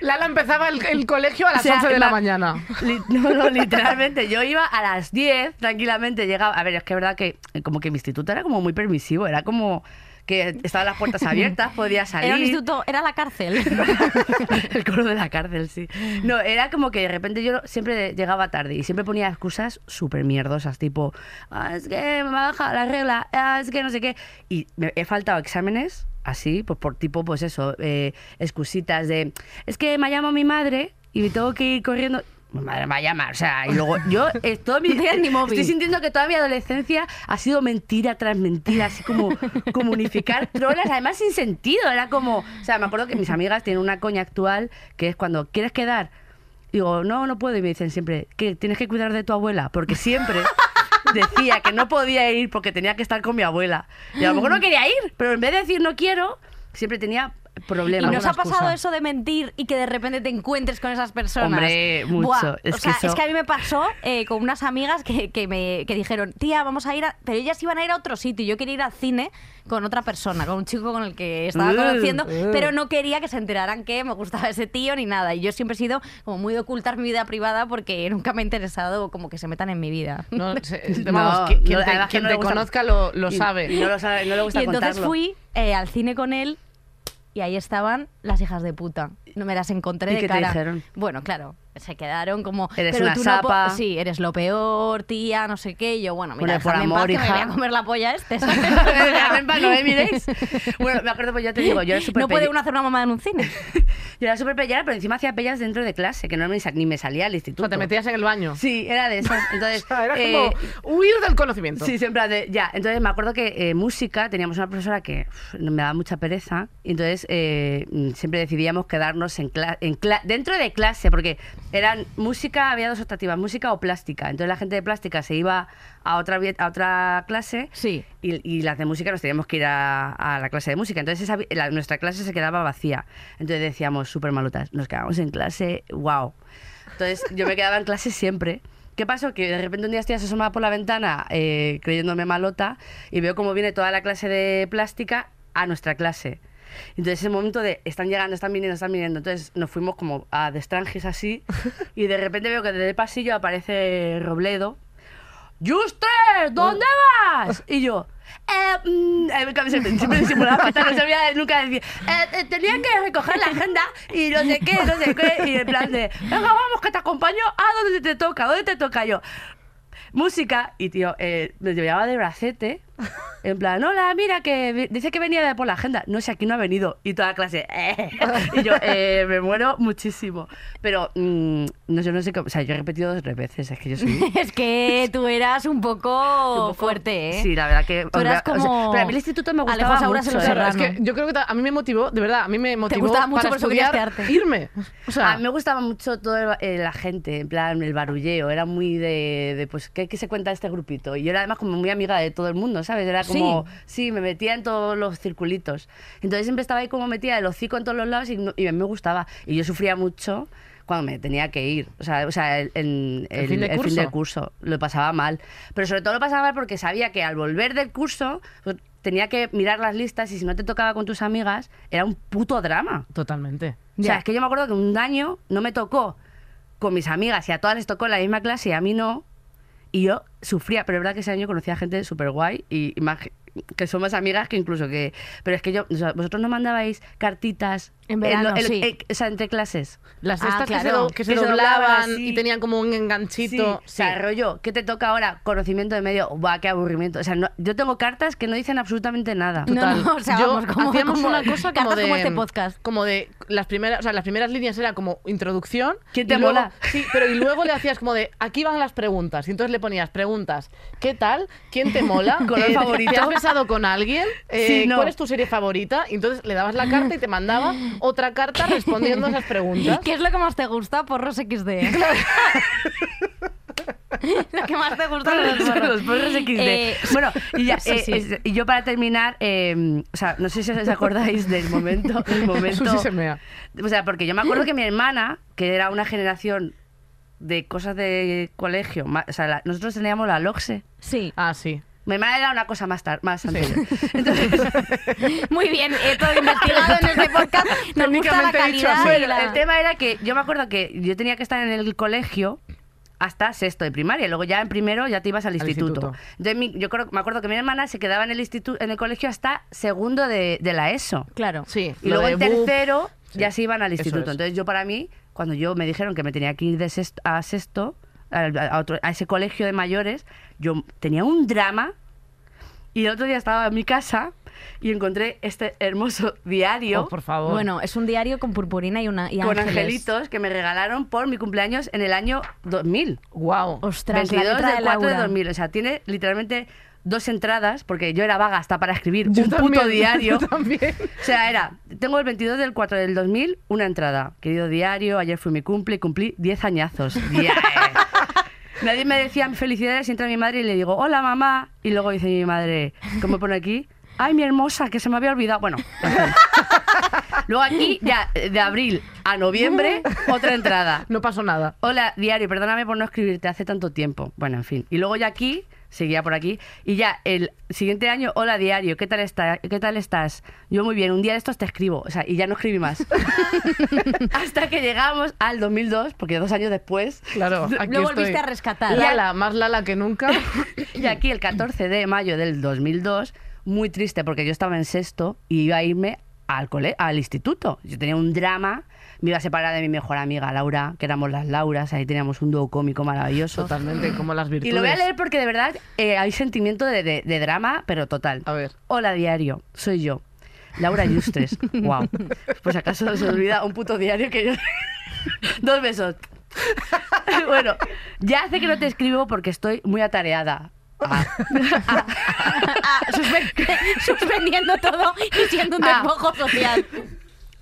S2: Lala empezaba el, el colegio a las
S5: (laughs) O sea,
S2: 11 de la
S5: va-
S2: mañana.
S5: Li- (laughs) No, no, literalmente. Yo iba a las 10, tranquilamente llegaba. A ver, es que es verdad que eh, como que mi instituto era como muy permisivo, era como que estaban las
S2: (laughs)
S5: puertas abiertas, podía salir.
S3: Era un instituto, era la cárcel.
S5: (laughs) el coro de la cárcel, sí. No, era como que de repente yo siempre llegaba tarde y siempre ponía excusas súper mierdosas, tipo, "Ah, es que me baja la regla, ah, es que no sé qué. Y me he faltado exámenes así, pues por tipo, pues eso, eh, excusitas de, es que me ha llamado mi madre y me tengo que ir corriendo. Mi madre me va a llamar, o sea, y luego yo eh, todo mi-
S3: No tenías ni móvil.
S5: estoy sintiendo que toda mi adolescencia ha sido mentira tras mentira, así
S3: (laughs)
S5: como comunicar trolas, además sin sentido. Era como, o sea, me acuerdo que mis amigas tienen una coña actual que es cuando quieres quedar. Digo, no, no puedo. Y me dicen siempre, que tienes que cuidar de tu abuela,
S3: (laughs)
S5: porque siempre decía que no podía ir porque tenía que estar con mi abuela. Y a lo mejor no quería ir, pero en vez de decir no quiero, siempre tenía
S3: ¿Y
S5: problemas.
S3: nos ha
S5: Alguna
S3: pasado
S5: excusa.
S3: eso de mentir y que de repente te encuentres con esas personas?
S5: Hombre, mucho.
S3: Buah,
S5: Es
S3: o
S5: que
S3: sea,
S5: eso-
S3: es que a mí me pasó eh, con unas amigas que, que me que dijeron, tía, vamos a ir a... Pero ellas iban a ir a otro sitio. y Yo quería ir al cine con otra persona, con un chico con el que estaba
S5: Uh,
S3: conociendo,
S5: uh.
S3: pero no quería que se enteraran que me gustaba ese tío ni nada. Y yo siempre he sido como muy de ocultar mi vida privada porque nunca me ha interesado como que se metan en mi vida.
S5: (laughs)
S2: No, se-
S5: No,
S2: vamos, qui- quien
S5: no,
S2: te,
S5: además que
S2: quien
S5: no
S2: te
S5: le gusta-
S2: conozca lo, lo
S5: Y-
S2: sabe.
S5: Y no lo sabe, no le gusta
S3: y entonces
S5: Pues contarlo.
S3: fui eh, al cine con él y ahí estaban las hijas de puta. No me las encontré
S5: ¿Y
S3: de
S5: qué te
S3: cara.
S5: dijeron?
S3: Bueno, claro, se quedaron como.
S5: Eres
S3: "Pero
S5: una
S3: tú no po-
S5: sapa".
S3: sí, eres lo peor, tía, no sé qué. Y yo, bueno, mira,
S5: Bueno, por
S3: déjame en paz
S5: amor,
S3: que me
S5: hija.
S3: voy a comer la polla a
S5: (laughs)
S3: este. ¿sabes?
S5: Ven pa' no me
S3: (laughs)
S5: miréis. Bueno, me acuerdo, pues ya te digo, yo era súper
S3: no puede
S5: pelle-
S3: uno hacer una mamada en un
S5: (laughs)
S3: cine.
S5: Yo era súper pellera, pero encima hacía pellas dentro de clase, que no me, sa- ni me salía al
S2: O
S5: instituto.
S2: sea, te metías en el baño.
S5: Sí, era
S2: (laughs)
S5: de esas. Entonces,
S2: O sea, era
S5: eh,
S2: como huir del conocimiento.
S5: Sí, siempre de, ya. Entonces me acuerdo que eh, música teníamos una profesora que uf, me daba mucha pereza. Y entonces eh, mm, siempre decidíamos quedarnos en cla- en cla- dentro de clase, porque eran música, había dos optativas, música o plástica. Entonces la gente de plástica se iba a otra, vi- a otra clase
S3: Sí.
S5: y, y las de música nos teníamos que ir a, a la clase de música. Entonces esa vi- la- nuestra clase se quedaba vacía. Entonces decíamos, súper malotas, nos quedamos en clase, wow. Entonces yo me quedaba en clase siempre. ¿Qué pasó? Que de repente un día estoy asomada por la ventana eh, creyéndome malota y veo cómo viene toda la clase de plástica a nuestra clase. Entonces ese momento de están llegando, están viniendo, están viniendo. Entonces nos fuimos como a destranjes así y de repente veo que desde el pasillo aparece Robledo. ¡Justre! ¿Dónde vas? Y yo, eh, mm, eh, me cambié- siempre disimulaba fatal, no sabía nunca decir, eh, eh, tenía que recoger la agenda y no sé qué, no sé qué, y en plan de, venga, vamos, que te acompaño a donde te toca, ¿dónde te toca yo? música y tío eh, me llevaba de bracete en plan hola mira que vi- dice que venía de por la agenda no sé aquí no ha venido y toda la clase "Eh". (laughs) y yo eh, me muero muchísimo pero mm, no yo no sé cómo, o sea yo he repetido dos tres veces es que yo soy
S3: Es que tú eras un poco,
S5: un poco-
S3: fuerte, ¿eh?
S5: sí la verdad que
S3: Tú eras
S5: o sea,
S3: como
S5: pero a mí el instituto me gustaba
S3: Alejo Saura se
S5: mucho,
S3: lo
S5: ¿eh?
S2: Claro, es
S3: Serrano.
S2: que yo creo que ta- a mí me motivó, de verdad, a mí me motivó
S3: gustaba mucho,
S2: para
S3: por eso querías
S2: estudiar
S3: quedarte.
S2: irme. O sea,
S5: a mí me gustaba mucho toda eh, la gente, en plan el barulleo, era muy de, de, pues, ¿qué, qué se cuenta de este grupito? Y yo era además como muy amiga de todo el mundo, ¿sabes? Era como, sí, me metía en todos los circulitos. Entonces siempre estaba ahí como metida el hocico en todos los lados y, no- y a mí me gustaba. Y yo sufría mucho cuando me tenía que ir, o sea, o sea el, el-
S2: El fin de
S5: el
S2: curso.
S5: fin de curso, lo pasaba mal. Pero sobre todo lo pasaba mal porque sabía que al volver del curso... pues, Tenía que mirar las listas y si no te tocaba con tus amigas, era un puto drama.
S2: totalmente.
S5: O sea,
S3: Ya.
S5: es que yo me acuerdo que un año no me tocó con mis amigas y a todas les tocó en la misma clase y a mí no. Y yo sufría, pero es verdad que ese año conocí a gente súper guay y, y más que- que son más amigas que incluso que... Pero es que yo, o sea, vosotros no mandabais cartitas
S3: En verano,
S5: lo-
S3: sí.
S5: eh, o sea, entre clases.
S2: Las
S3: Ah,
S2: de estas que se
S3: claro.
S2: do- que se,
S5: Que se doblaban,
S2: doblaban
S5: sí.
S2: y tenían como un enganchito.
S5: O sea, rollo, ¿qué te toca ahora? Conocimiento de medio. Buah, qué aburrimiento. O sea, no- yo tengo cartas que no dicen absolutamente nada.
S3: No,
S2: Total.
S3: no, o sea,
S2: Yo-
S3: vamos, como-
S2: hacíamos
S3: como-
S2: una cosa como
S3: cartas
S2: de
S3: como este podcast.
S2: como de las primeras, o sea, las primeras líneas era como introducción.
S5: ¿Quién
S2: y
S5: te
S2: luego-
S5: mola?
S2: Sí, pero y luego le hacías como de aquí van las preguntas. Y entonces le ponías preguntas. ¿Qué tal? ¿Quién te mola?
S5: ¿Color
S2: Eh,
S5: favorito?
S2: ¿Te has besado con alguien? Eh,
S5: Sí, no.
S2: ¿Cuál es tu serie favorita? Y entonces le dabas la carta y te mandaba otra carta respondiendo esas
S3: (laughs)
S2: preguntas.
S3: ¿Qué es lo que más te gusta? Porros
S5: (laughs)
S3: XD. (laughs) lo que más te gusta de
S5: (laughs)
S3: los porros.
S5: Los porros XD.
S3: Eh,
S5: bueno, y, ya,
S3: sí,
S5: eh,
S3: sí.
S5: es- y yo para terminar, eh, o sea, no sé si os acordáis del momento. del momento
S2: Susi se mea.
S5: O sea, porque yo me acuerdo que mi hermana, que era una generación de cosas de colegio, ma- o sea, la- nosotros teníamos la LOXE.
S3: Sí.
S2: Ah, sí.
S5: Mi hermana era una cosa más, tar- más anterior. Entonces,
S3: (laughs) Muy bien, eh, todo investigado en este podcast. Nos gusta la
S2: Técnicamente dicho
S3: calidad
S2: así.
S3: y la-
S5: El tema era que yo me acuerdo que yo tenía que estar en el colegio hasta sexto de primaria, luego ya en primero ya te ibas al
S2: Al
S5: instituto.
S2: instituto.
S5: Entonces, mi- yo creo, me acuerdo que mi hermana se quedaba en el instituto, en el colegio hasta segundo de, de la ESO.
S3: Claro.
S2: Sí.
S5: Y
S2: lo
S5: luego
S2: de
S5: en
S2: Boop.
S5: tercero
S2: Sí.
S5: ya se iban al
S2: Eso
S5: instituto.
S2: es.
S5: Entonces yo para mí, cuando yo me dijeron que me tenía que ir de sexto a sexto, al- a, otro- a ese colegio de mayores, yo tenía un drama y el otro día estaba en mi casa y encontré este hermoso diario
S2: Oh, por favor.
S3: Bueno, es un diario con purpurina y una y
S5: con
S3: ángeles.
S5: angelitos que me regalaron por mi cumpleaños en el año 2000.
S2: Wow.
S3: Ostras, la
S5: 22
S3: letra de
S5: del 4 de
S3: Laura.
S5: 2000. O sea, tiene literalmente dos entradas, porque yo era vaga hasta para escribir
S2: Yo
S5: un puto
S2: también, (laughs)
S5: diario.
S2: yo también.
S5: O sea, era, tengo el 22 del 4 del 2000, una entrada. Querido diario, ayer fue mi cumple y cumplí 10 añazos. Yeah. Nadie me decía felicidades, y entra mi madre y le digo, hola mamá. Y luego dice mi madre, ¿cómo pone aquí? Ay, mi hermosa, que se me había olvidado. Bueno, en fin. luego aquí, ya de abril a noviembre, otra entrada.
S2: No pasó nada.
S5: Hola, diario, perdóname por no escribirte hace tanto tiempo. Bueno, en fin. Y luego ya aquí, seguía por aquí, y ya el siguiente año, hola, diario, ¿qué tal, está, ¿qué tal estás? Yo muy bien, un día de estos te escribo, o sea, y ya no escribí más. Hasta que llegamos al 2002, porque dos años después,
S2: Claro, aquí
S3: Lo volviste
S2: estoy.
S3: a rescatar.
S2: Lala, más Lala que nunca.
S5: y aquí el 14 de mayo del 2002, muy triste porque yo estaba en sexto y iba a irme al, cole, al instituto. Yo tenía un drama, me iba a separar de mi mejor amiga Laura, que éramos las Lauras, ahí teníamos un dúo cómico maravilloso.
S2: Totalmente, como las virtudes.
S5: Y lo voy a leer porque de verdad eh, hay sentimiento de, de- de drama, pero total.
S2: A ver.
S5: Hola, diario. Soy yo. Laura
S2: (laughs)
S5: Justres. wow. Pues acaso se olvida un puto diario que yo. (laughs) Dos besos. (laughs) bueno, ya hace que no te escribo porque estoy muy atareada. Ah.
S3: (laughs) Ah,
S5: (laughs)
S3: suspe- suspendiendo todo y siendo un
S5: Ah.
S3: despojo social.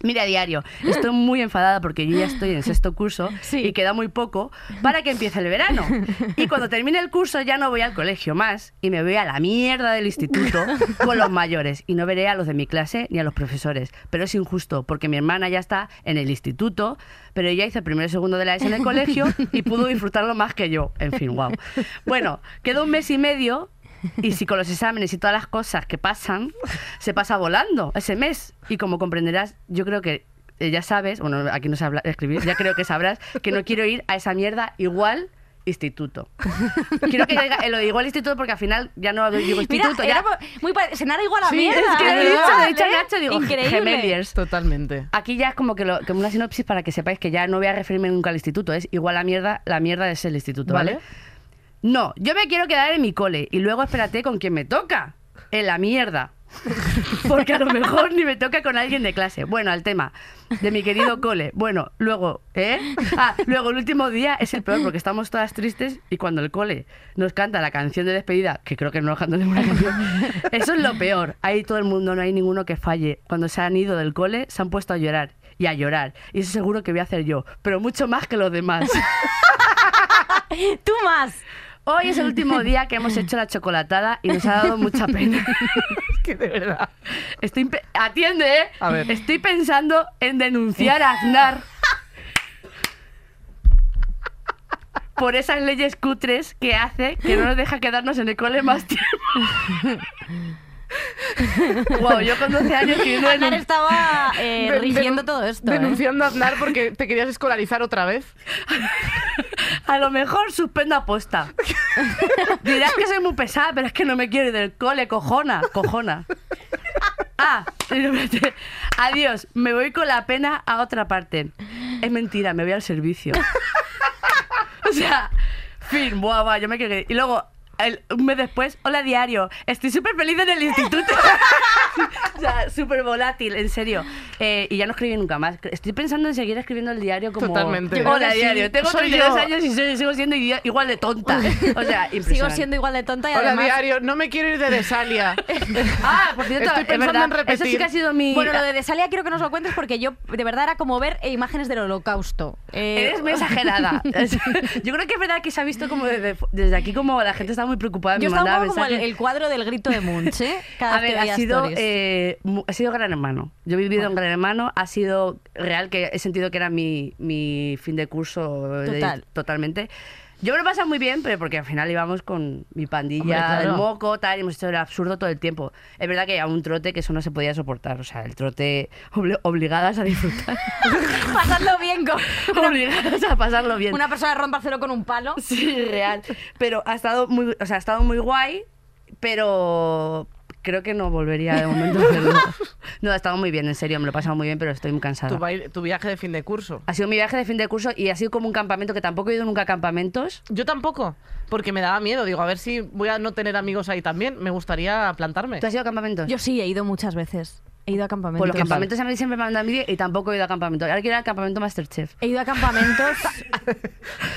S5: Mira, diario, estoy muy enfadada porque yo ya estoy en sexto curso
S3: Sí.
S5: y queda muy poco para que empiece el verano. Y cuando termine el curso ya no voy al colegio más y me voy a la mierda del instituto con los mayores y no veré a los de mi clase ni a los profesores. Pero es injusto porque mi hermana ya está en el instituto, pero ella hizo primero y segundo de la ESO en el colegio y pudo disfrutarlo más que yo. En fin, wow. Bueno, queda un mes y medio y si con los exámenes y todas las cosas que pasan, se pasa volando ese mes. Y como comprenderás, yo creo que eh, ya sabes, bueno, aquí no sé habla- escribir, ya creo que sabrás que no quiero ir a esa mierda igual
S3: (laughs)
S5: instituto. Quiero que diga- eh, lo digo el instituto porque al final ya no digo
S3: Mira,
S5: instituto.
S3: era
S5: ya.
S3: po- muy pare- Senara igual a
S5: Sí,
S3: mierda.
S5: es que lo
S3: ¿verdad?
S5: he dicho, lo he dicho
S3: ¿eh?
S5: Nacho, digo,
S3: Increíble.
S5: gemeliers.
S2: Totalmente.
S5: Aquí ya es como que, lo- como una sinopsis para que sepáis que ya no voy a referirme nunca al instituto. Es igual la mierda, la mierda es el instituto, ¿vale?
S2: Vale.
S5: No, yo me quiero quedar en mi cole y luego espérate con quien me toca. En la mierda. (laughs) Porque a lo mejor ni me toca con alguien de clase. Bueno, al tema de mi querido cole. Bueno, luego, ¿eh? Ah, luego el último día es el peor porque estamos todas tristes y cuando el cole nos canta la canción de despedida, que creo que no nos cantó ninguna canción, eso es lo peor. Ahí todo el mundo, no hay ninguno que falle. Cuando se han ido del cole, se han puesto a llorar y a llorar. Y eso seguro que voy a hacer yo, pero mucho más que los demás.
S3: Tú más.
S5: Hoy es
S2: (laughs)
S5: el último día que hemos hecho la chocolatada y nos ha dado mucha pena.
S2: Es que de verdad.
S5: Estoy pe- atiende, ¿eh?
S2: A ver.
S5: Estoy pensando en denunciar
S2: (laughs)
S5: a Aznar por esas leyes cutres que hace que no nos deja quedarnos en el cole más tiempo.
S2: (laughs)
S5: wow, yo con 12 años queriendo
S3: Aznar
S5: denunciar.
S3: estaba eh,
S2: De-
S3: rigiendo
S2: denun-
S3: todo esto. ¿eh?
S2: Denunciando a Aznar porque te querías escolarizar otra vez.
S5: A lo mejor suspendo aposta. Dirás que soy muy pesada, pero es que no me quiero ir del cole, cojona, cojona. Ah, espérate. adiós, me voy con la pena a otra parte. Es mentira, me voy al servicio. O sea, fin, buah, buah, yo me quedé. Y luego, el- un mes después, hola diario, estoy súper feliz en el instituto. (laughs) o sea, súper volátil, en serio. Eh, y ya no escribí nunca más. Estoy pensando en seguir escribiendo el diario como...
S2: Totalmente. Yo creo
S5: Hola
S2: que sí.
S5: diario, tengo
S2: Soy
S5: 32
S2: yo.
S5: años y soy- sigo siendo i- igual de tonta. O sea, impresionante.
S3: Sigo siendo igual de tonta y
S2: Hola,
S3: además...
S2: diario. No me quiero ir de Desalia.
S5: Ah, por cierto,
S2: Estoy
S5: es
S2: pensando
S5: verdad,
S2: en repetir.
S5: Eso sí que ha sido mi...
S3: Bueno, lo de Desalia quiero que nos lo cuentes porque yo de verdad era como ver eh, imágenes del holocausto. Eh,
S5: Eres muy exagerada. (laughs) Yo creo que es verdad que se ha visto como desde, desde aquí como la gente está muy preocupada. me
S3: Yo estaba un
S5: mandaba
S3: poco como el,
S5: mensajes.
S3: el cuadro del grito de Munch,
S5: (laughs)
S3: ¿eh? Cada
S5: a
S3: vez
S5: ver,
S3: que veía
S5: ha sido,
S3: stories. (laughs)
S5: eh, mu- ha sido Gran Hermano. Yo he vivido en Gran Hermano, ha sido real, que he sentido que era mi, mi fin de curso eh, de-
S3: Total.
S5: totalmente. Yo me lo he pasado muy bien, pero porque al final íbamos con mi pandilla,
S2: Hombre, claro.
S5: el moco, tal, y hemos hecho el absurdo todo el tiempo. Es verdad que a un trote que eso no se podía soportar, o sea, el trote obli- obligadas
S3: (laughs)
S5: a disfrutar, (laughs)
S3: Pasadlo bien con
S5: obligadas a pasarlo bien.
S3: una persona rompa cero con un palo.
S5: (laughs) Sí, real. Pero ha estado muy, o sea, ha estado muy guay, pero creo que no volvería de momento a hacerlo.
S3: (laughs)
S5: No, ha estado muy bien, en serio, me lo he pasado muy bien, pero estoy muy cansada.
S2: tu, baile- tu viaje de fin de curso.
S5: Ha sido mi viaje de fin de curso y ha sido como un campamento que tampoco he ido nunca a campamentos.
S2: Yo tampoco, porque me daba miedo. Digo, a ver si voy a no tener amigos ahí también. Me gustaría plantarme.
S5: ¿Tú has ido a campamentos?
S3: Yo sí, he ido muchas veces. He ido a campamentos.
S5: Pues los campamentos a mí siempre me mandan vídeo y tampoco he ido a campamentos. Ahora quiero ir al campamento Masterchef.
S3: He ido a
S5: (laughs)
S3: campamentos.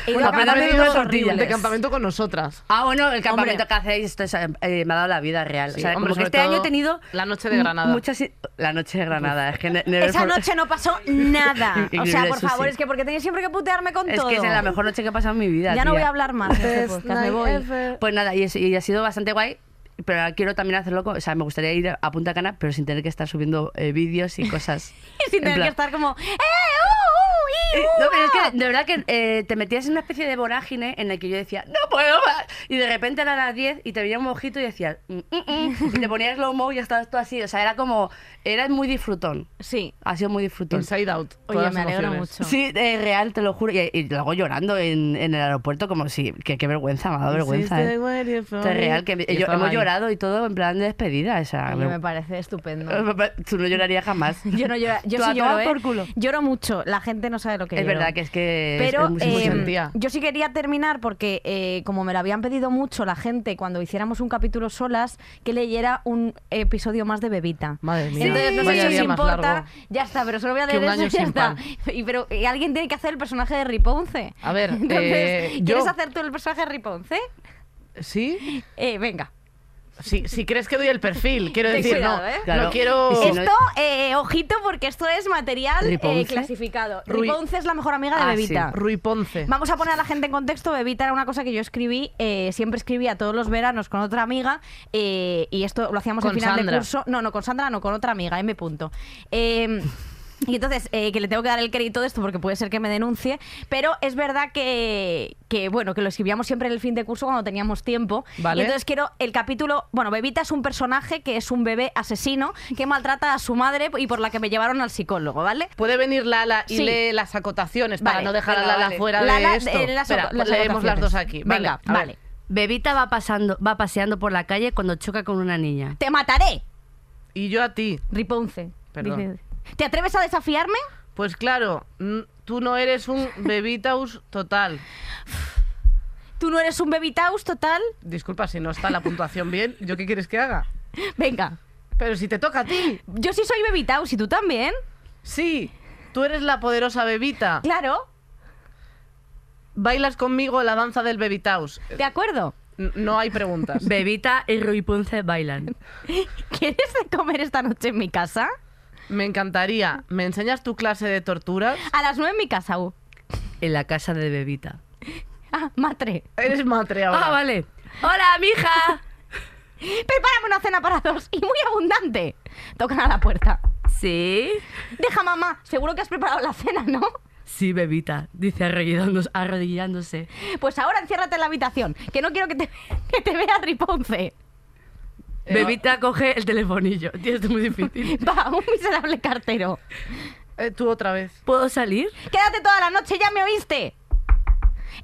S3: he ido
S5: Bueno,
S3: a
S5: aparte de
S3: campamentos
S5: una tortilla,
S3: horribles.
S2: de campamento con nosotras.
S5: Ah, bueno, el campamento
S3: Hombre.
S5: que hacéis esto es, eh, eh, me ha dado la vida real.
S2: Sí,
S5: o sea,
S2: hombre,
S5: como que
S2: sobre
S5: este año he
S2: todo
S5: tenido...
S2: la noche de
S5: m-
S2: Granada.
S5: Muchas... i- La noche de Granada. Es que ne- never
S3: Esa
S5: for-
S3: noche no pasó nada. O sea,
S5: Increíble,
S3: por
S5: eso
S3: favor,
S5: sí.
S3: es que porque tenéis siempre que putearme con
S5: Es
S3: todo.
S5: que es la mejor noche que he pasado en mi vida.
S3: Ya no
S5: tía.
S3: voy a hablar más de este podcast, me voy.
S5: Pues nada, y, eso- y ha sido bastante guay. Pero ahora quiero también hacerlo, con- o sea, me gustaría ir a Punta Cana, pero sin tener que estar subiendo eh, vídeos y cosas.
S3: (laughs) Sin
S5: En
S3: tener
S5: plan-
S3: que estar como. ¡Eh! ¡Uh! uh, y, uh,
S5: (laughs) No, pero es
S3: ah".
S5: que de verdad que eh, te metías en una especie de vorágine en la que yo decía, no puedo más. Y de repente eran las 10 y te venía un mojito y decías, "Mm, mm, mm", y te ponías low mo y estabas tú así. O sea, era como, era muy disfrutón.
S3: uh, Sí.
S5: Ha sido muy disfrutón.
S2: Inside Out.
S3: Oye,
S2: todas
S3: me
S2: las
S3: alegro
S2: emociones.
S3: mucho.
S5: Sí, es real, te lo juro. Y, y luego llorando en, en el aeropuerto, como si, que qué vergüenza, me ha dado vergüenza.
S2: Insiste,
S5: eh.
S2: where you from
S5: Esto es real, que
S2: me-
S5: yo-
S2: yo estaba
S5: hemos
S2: ahí.
S5: llorado y todo en plan de despedida. O sea,
S3: Oye,
S5: me-
S3: me parece estupendo.
S5: Eh, (laughs) Tú no llorarías (laughs) jamás.
S3: Yo no lloro. Yo
S5: Tú a
S3: sí lloro,
S5: tomar
S3: ¿eh?
S5: por culo.
S3: Lloro mucho. La gente no sabe lo que
S5: Es
S3: lloro.
S5: verdad que es que es-
S3: Pero
S5: es muy
S3: eh,
S5: emocionante.
S2: sentía.
S3: yo sí quería terminar porque eh, como me lo habían pedido mucho la gente cuando hiciéramos un capítulo solas, que leyera un episodio más de Bebita.
S2: Madre mía.
S3: Entonces no sé
S2: Vaya
S3: si os
S2: día más
S3: importa.
S2: largo.
S3: Ya está, pero solo voy a
S2: Que un
S3: leer eso
S2: año
S3: y ya
S2: sin
S3: está.
S2: pan.
S3: Y, pero y alguien tiene que hacer el personaje de Riponce.
S2: A ver,
S3: (laughs) Entonces,
S2: eh,
S3: ¿quieres
S2: yo-
S3: hacer tú el personaje de Riponce?
S2: ¿Sí?
S3: Eh, venga.
S2: Sí, si crees que doy el perfil,
S3: (laughs)
S2: quiero
S3: Ten
S2: decir,
S3: cuidado,
S2: no,
S3: ¿eh?
S2: no
S5: Claro.
S2: quiero... Ah,
S5: Y si no-
S3: Esto, eh, ojito, porque esto es material eh,
S5: Riponce.
S3: clasificado.
S2: Rui-
S3: Riponce es la mejor amiga de
S5: Ah,
S3: Bebita.
S5: sí.
S2: Rui Ponce.
S3: Vamos a poner a la gente en contexto. Bebita era una cosa que yo escribí, eh, siempre escribía todos los veranos con otra amiga eh, y esto lo hacíamos al
S2: Con
S3: final de
S2: Sandra. (laughs)
S3: curso. No, no, con Sandra, no, con otra amiga, M. Punto. Eh, Y entonces, eh, que le tengo que dar el crédito de esto porque puede ser que me denuncie, pero es verdad que, que, bueno, que lo escribíamos siempre en el fin de curso cuando teníamos tiempo.
S2: Vale.
S3: Y entonces quiero el capítulo, bueno, Bebita es un personaje que es un bebé asesino que maltrata a su madre y por la que me llevaron al psicólogo, ¿vale?
S2: Puede venir Lala y
S3: Sí.
S2: lee las acotaciones para
S3: Vale,
S2: no dejar a
S5: venga,
S2: Lala
S5: vale.
S2: fuera
S3: Lala,
S2: de esto.
S3: eh, las
S2: Espera, pues
S3: aco- las
S2: leemos las
S3: acotaciones.
S2: dos aquí. Vale,
S3: Venga,
S2: a ver.
S3: vale.
S5: Bebita va pasando, va paseando por la calle cuando choca con una niña.
S3: ¡Te mataré!
S2: Y yo a ti.
S3: Riponce.
S2: Perdón.
S3: Dice, ¿Te atreves a desafiarme?
S2: Pues claro, mm, tú no eres
S3: (laughs)
S2: un bebitaus total.
S3: Tú no eres un bebitaus total.
S2: Disculpa si no está la puntuación bien. ¿Yo qué quieres que haga?
S3: Venga.
S2: Pero si te toca a ti.
S3: Yo sí soy bebitaus y tú también.
S2: Sí, tú eres la poderosa bebita.
S3: Claro.
S2: Bailas conmigo la danza del bebitaus.
S3: ¿De acuerdo?
S2: N- No hay
S5: (laughs)
S2: preguntas.
S5: Bebita y Rui Ponce bailan.
S3: ¿Quieres de comer esta noche en mi casa?
S2: Me encantaría. ¿Me enseñas tu clase de torturas?
S3: A las nueve en mi casa, U.
S5: En la casa de Bebita.
S3: Ah, matre.
S2: Eres matre ahora.
S5: Ah, vale. ¡Hola, mija!
S3: Prepárame una cena para dos y muy abundante. Tocan a la puerta.
S5: ¿Sí?
S3: Deja, mamá. Seguro que has preparado la cena, ¿no?
S5: Sí, Bebita, dice arrodillándose. arrodillándose.
S3: Pues ahora enciérrate en la habitación, que no quiero que te, (laughs) que te vea Riponce.
S2: Eh,
S5: Bebita coge el telefonillo. Tío, esto es muy difícil.
S3: Va, un miserable cartero.
S2: eh, tú otra vez.
S5: ¿Puedo salir?
S3: Quédate toda la noche, ya me oíste.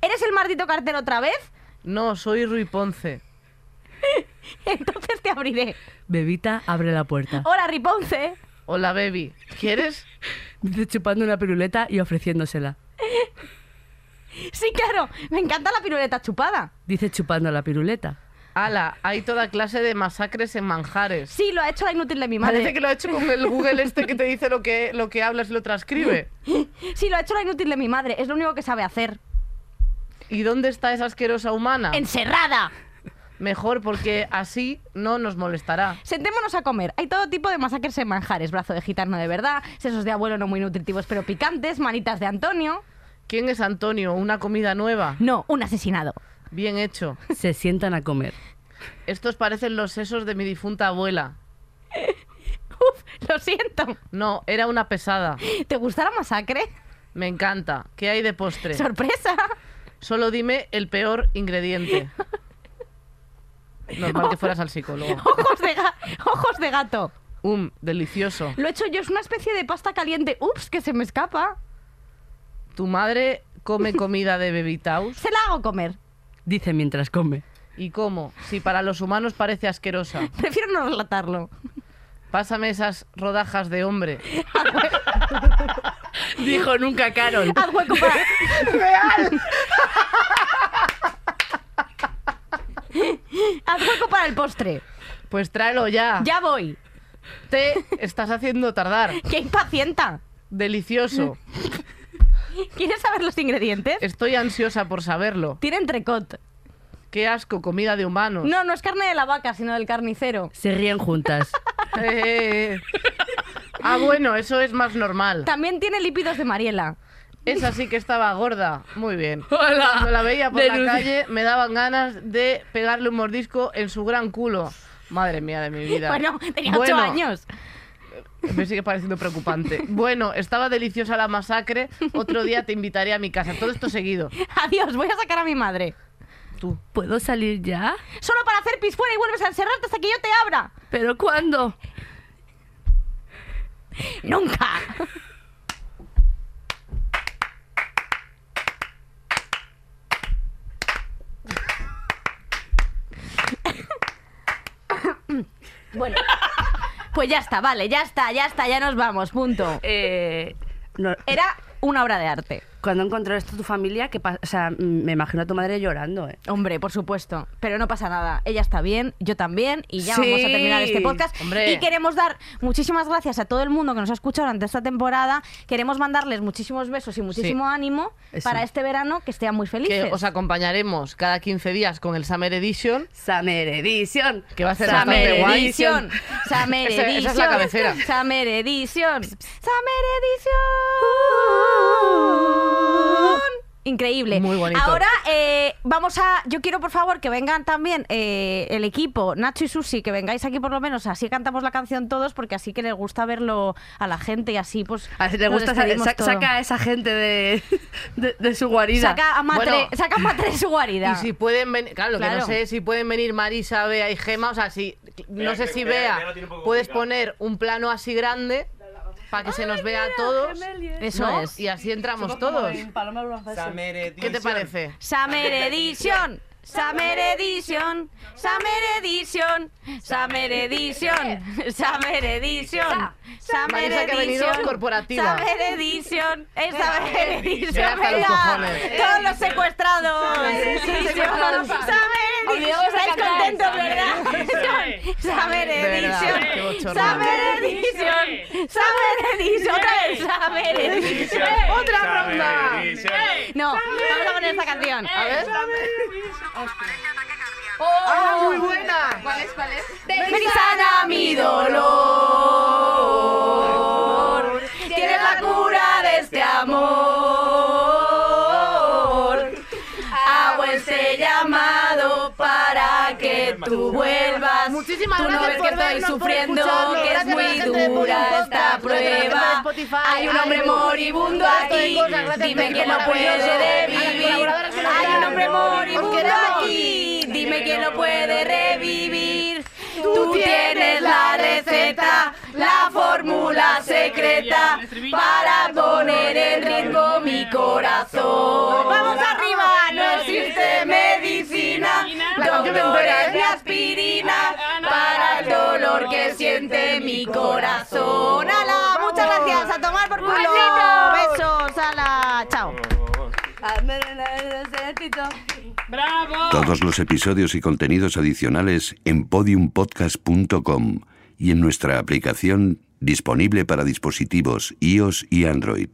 S3: ¿Eres el maldito cartero otra vez? (laughs)
S2: No, soy Rui Ponce.
S3: Entonces te abriré.
S5: Bebita abre la puerta.
S3: Hola, Riponce.
S2: Hola, baby. ¿Quieres?
S5: Dice chupando una piruleta y ofreciéndosela.
S3: Sí, claro, me encanta la piruleta chupada.
S5: Dice chupando la piruleta.
S2: Ala, hay toda clase de masacres en manjares.
S3: Sí, lo ha hecho la inútil de mi madre.
S2: Parece que lo ha hecho con el Google este que te dice lo que, lo que hablas y lo
S5: (laughs)
S2: transcribe.
S3: (gasps) Sí, lo ha hecho la inútil de mi madre. Es lo único que sabe hacer.
S2: ¿Y dónde está esa asquerosa humana?
S3: ¡Encerrada!
S2: Mejor porque así no nos molestará.
S3: Sentémonos a comer. Hay todo tipo de masacres en manjares. Brazo de gitano de verdad, sesos de abuelo no muy nutritivos pero picantes, manitas de Antonio.
S2: ¿Quién es Antonio? ¿Una comida nueva?
S3: No, un asesinado.
S2: Bien hecho.
S5: Se sientan a comer.
S2: Estos parecen los sesos de mi difunta abuela.
S3: Uf, lo siento.
S2: No, era una pesada.
S3: ¿Te gusta la masacre?
S2: Me encanta. ¿Qué hay de postre?
S3: ¡Sorpresa! (laughs)
S2: Solo dime el peor ingrediente. Normal que fueras al psicólogo.
S3: Ojos de, ga- ojos de gato.
S2: Um, delicioso.
S3: Lo he hecho yo, es una especie de pasta caliente. Ups, que se me escapa.
S2: Tu madre come comida de bebitaus.
S3: Se la hago comer.
S5: Dice mientras come.
S2: ¿Y cómo? Si para los humanos parece asquerosa.
S3: Prefiero no relatarlo.
S2: Pásame esas rodajas de hombre.
S5: Dijo nunca Carol.
S3: Haz hueco para... (laughs) Haz hueco para el postre.
S2: Pues tráelo ya.
S3: Ya voy.
S2: Te estás haciendo tardar.
S3: ¡Qué impacienta!
S2: Delicioso.
S3: ¿Quieres saber los ingredientes?
S2: Estoy ansiosa por saberlo.
S3: Tiene entrecot.
S2: Qué asco, comida de humanos.
S3: No, no es carne de la vaca, sino del carnicero.
S5: Se ríen juntas.
S2: Eh, eh, eh. Ah, bueno, eso es más normal.
S3: También tiene lípidos de Mariela.
S2: Esa sí que estaba gorda. Muy bien.
S5: (laughs) Hola.
S2: Cuando la veía por
S5: Denunci-
S2: la calle me daban ganas de pegarle un mordisco en su gran culo. Madre mía de mi vida.
S3: Bueno, tenía ocho
S2: Bueno,
S3: años. (laughs)
S2: Me sigue pareciendo preocupante. Bueno, estaba deliciosa la masacre. Otro día te invitaré a mi casa. Todo esto seguido.
S3: Adiós, voy a sacar a mi madre.
S2: Tú.
S5: ¿Puedo salir ya?
S3: Solo para hacer pis fuera y vuelves a encerrarte hasta que yo te abra.
S5: ¿Pero cuándo?
S3: ¡Nunca! bueno, pues ya está, vale, ya está, ya está, ya nos vamos, punto.
S5: Eh, no,
S3: Era una obra de arte.
S5: Cuando encontró esto tu familia, que o sea, mm, me imagino a tu madre llorando, ¿eh?
S3: Hombre, por supuesto. Pero no pasa nada. Ella está bien, yo también. Y ya
S5: Sí.
S3: vamos a terminar este podcast.
S2: Hombre.
S3: Y queremos dar muchísimas gracias a todo el mundo que nos ha escuchado durante esta temporada. Queremos mandarles muchísimos besos y muchísimo ánimo
S5: Eso.
S3: para este verano, que estén muy felices.
S2: Que os acompañaremos cada 15 días con el Summer Edition.
S5: Summer Edition.
S2: Que va a ser
S5: Summer
S2: bastante guay.
S3: Edition. Summer
S2: Esa- esa
S3: Edition.
S2: es la cabecera.
S3: Summer Edition. Summer Edition. Increíble.
S2: Muy bonito.
S3: Ahora eh, vamos a. Yo quiero, por favor, que vengan también eh, el equipo, Nacho y Susi, que vengáis aquí por lo menos. Así cantamos la canción todos, porque así que les gusta verlo a la gente y así, pues.
S5: A ver si le
S3: nos
S5: gusta, sa-
S3: despedimos
S5: sa-
S3: todo.
S5: saca a esa gente de, (laughs) de- de su guarida.
S3: Saca a Matre,
S2: Bueno.
S3: saca a Matre de su guarida.
S2: Y si pueden venir, claro, lo que
S3: Claro.
S2: no sé es si pueden venir Marisa, Bea y Gema, o sea, si no sé
S6: creo
S2: si
S6: que Bea-
S2: Bea,
S6: Bea lo tiene un poco
S2: puedes
S6: complicado.
S2: poner un plano así grande para que se nos vea a todos.
S3: eh. Eso
S2: ¿no?
S3: es.
S2: Y así entramos todos. ¿Qué te parece?
S3: Summer Edition. Summer Edition, Summer Edition, Summer Edition, Summer Edition, Summer
S2: Marisa, que ha venido
S3: Edition,
S2: corporativa.
S3: Summer Edition, eh, Summer
S2: Ven
S3: Edition,
S2: hasta los
S3: venga.
S2: cojones.
S3: todos los secuestrados, Edition, Summer Edition, estáis contentos, ¿verdad? Summer
S2: De verdad,
S3: Edition,
S2: qué bochorno.
S3: Summer Edition, Summer Edition, otra vez, Summer Edition,
S2: ¡Otra ronda!
S3: no, vamos a poner esta canción,
S2: A ver.
S7: ¡Oh!
S2: muy buena!
S7: ¿Cuál es? ¿Cuál es?
S3: Ven y sana mi dolor. Tienes la cura de este amor. Hago este llamado para que tú vuelvas.
S2: Muchísimas
S3: tú no
S2: gracias
S3: ves que
S2: por
S3: estoy
S2: vernos, por
S3: sufriendo,
S2: escucharnos.
S3: que es
S2: Gracias a la
S3: muy
S2: gente de Podium
S3: dura
S2: Podcast,
S3: esta
S2: gracias a la gente de
S3: prueba.
S2: Spotify,
S3: Hay un
S2: hay
S3: hombre
S2: un montón de
S3: moribundo aquí.
S2: cosas. Gracias,
S3: Dime
S2: gente
S3: quién lo
S2: maravillosa.
S3: puede
S2: A las
S3: revivir.
S2: colaboradoras que nos
S3: Hay un
S2: quedan.
S3: hombre
S2: Os
S3: moribundo
S2: queremos.
S3: aquí. Dime quién lo puede revivir. Tú tienes la receta, la fórmula secreta para poner en ritmo mi corazón. Vamos arriba, no existe medicina, doctoras ni aspirina para el dolor que siente mi corazón. ¡Hala! Muchas gracias, a tomar por culo. Besos, hala, chao.
S8: Todos los episodios y contenidos adicionales en podiumpodcast.com y en nuestra aplicación disponible para dispositivos iOS y Android.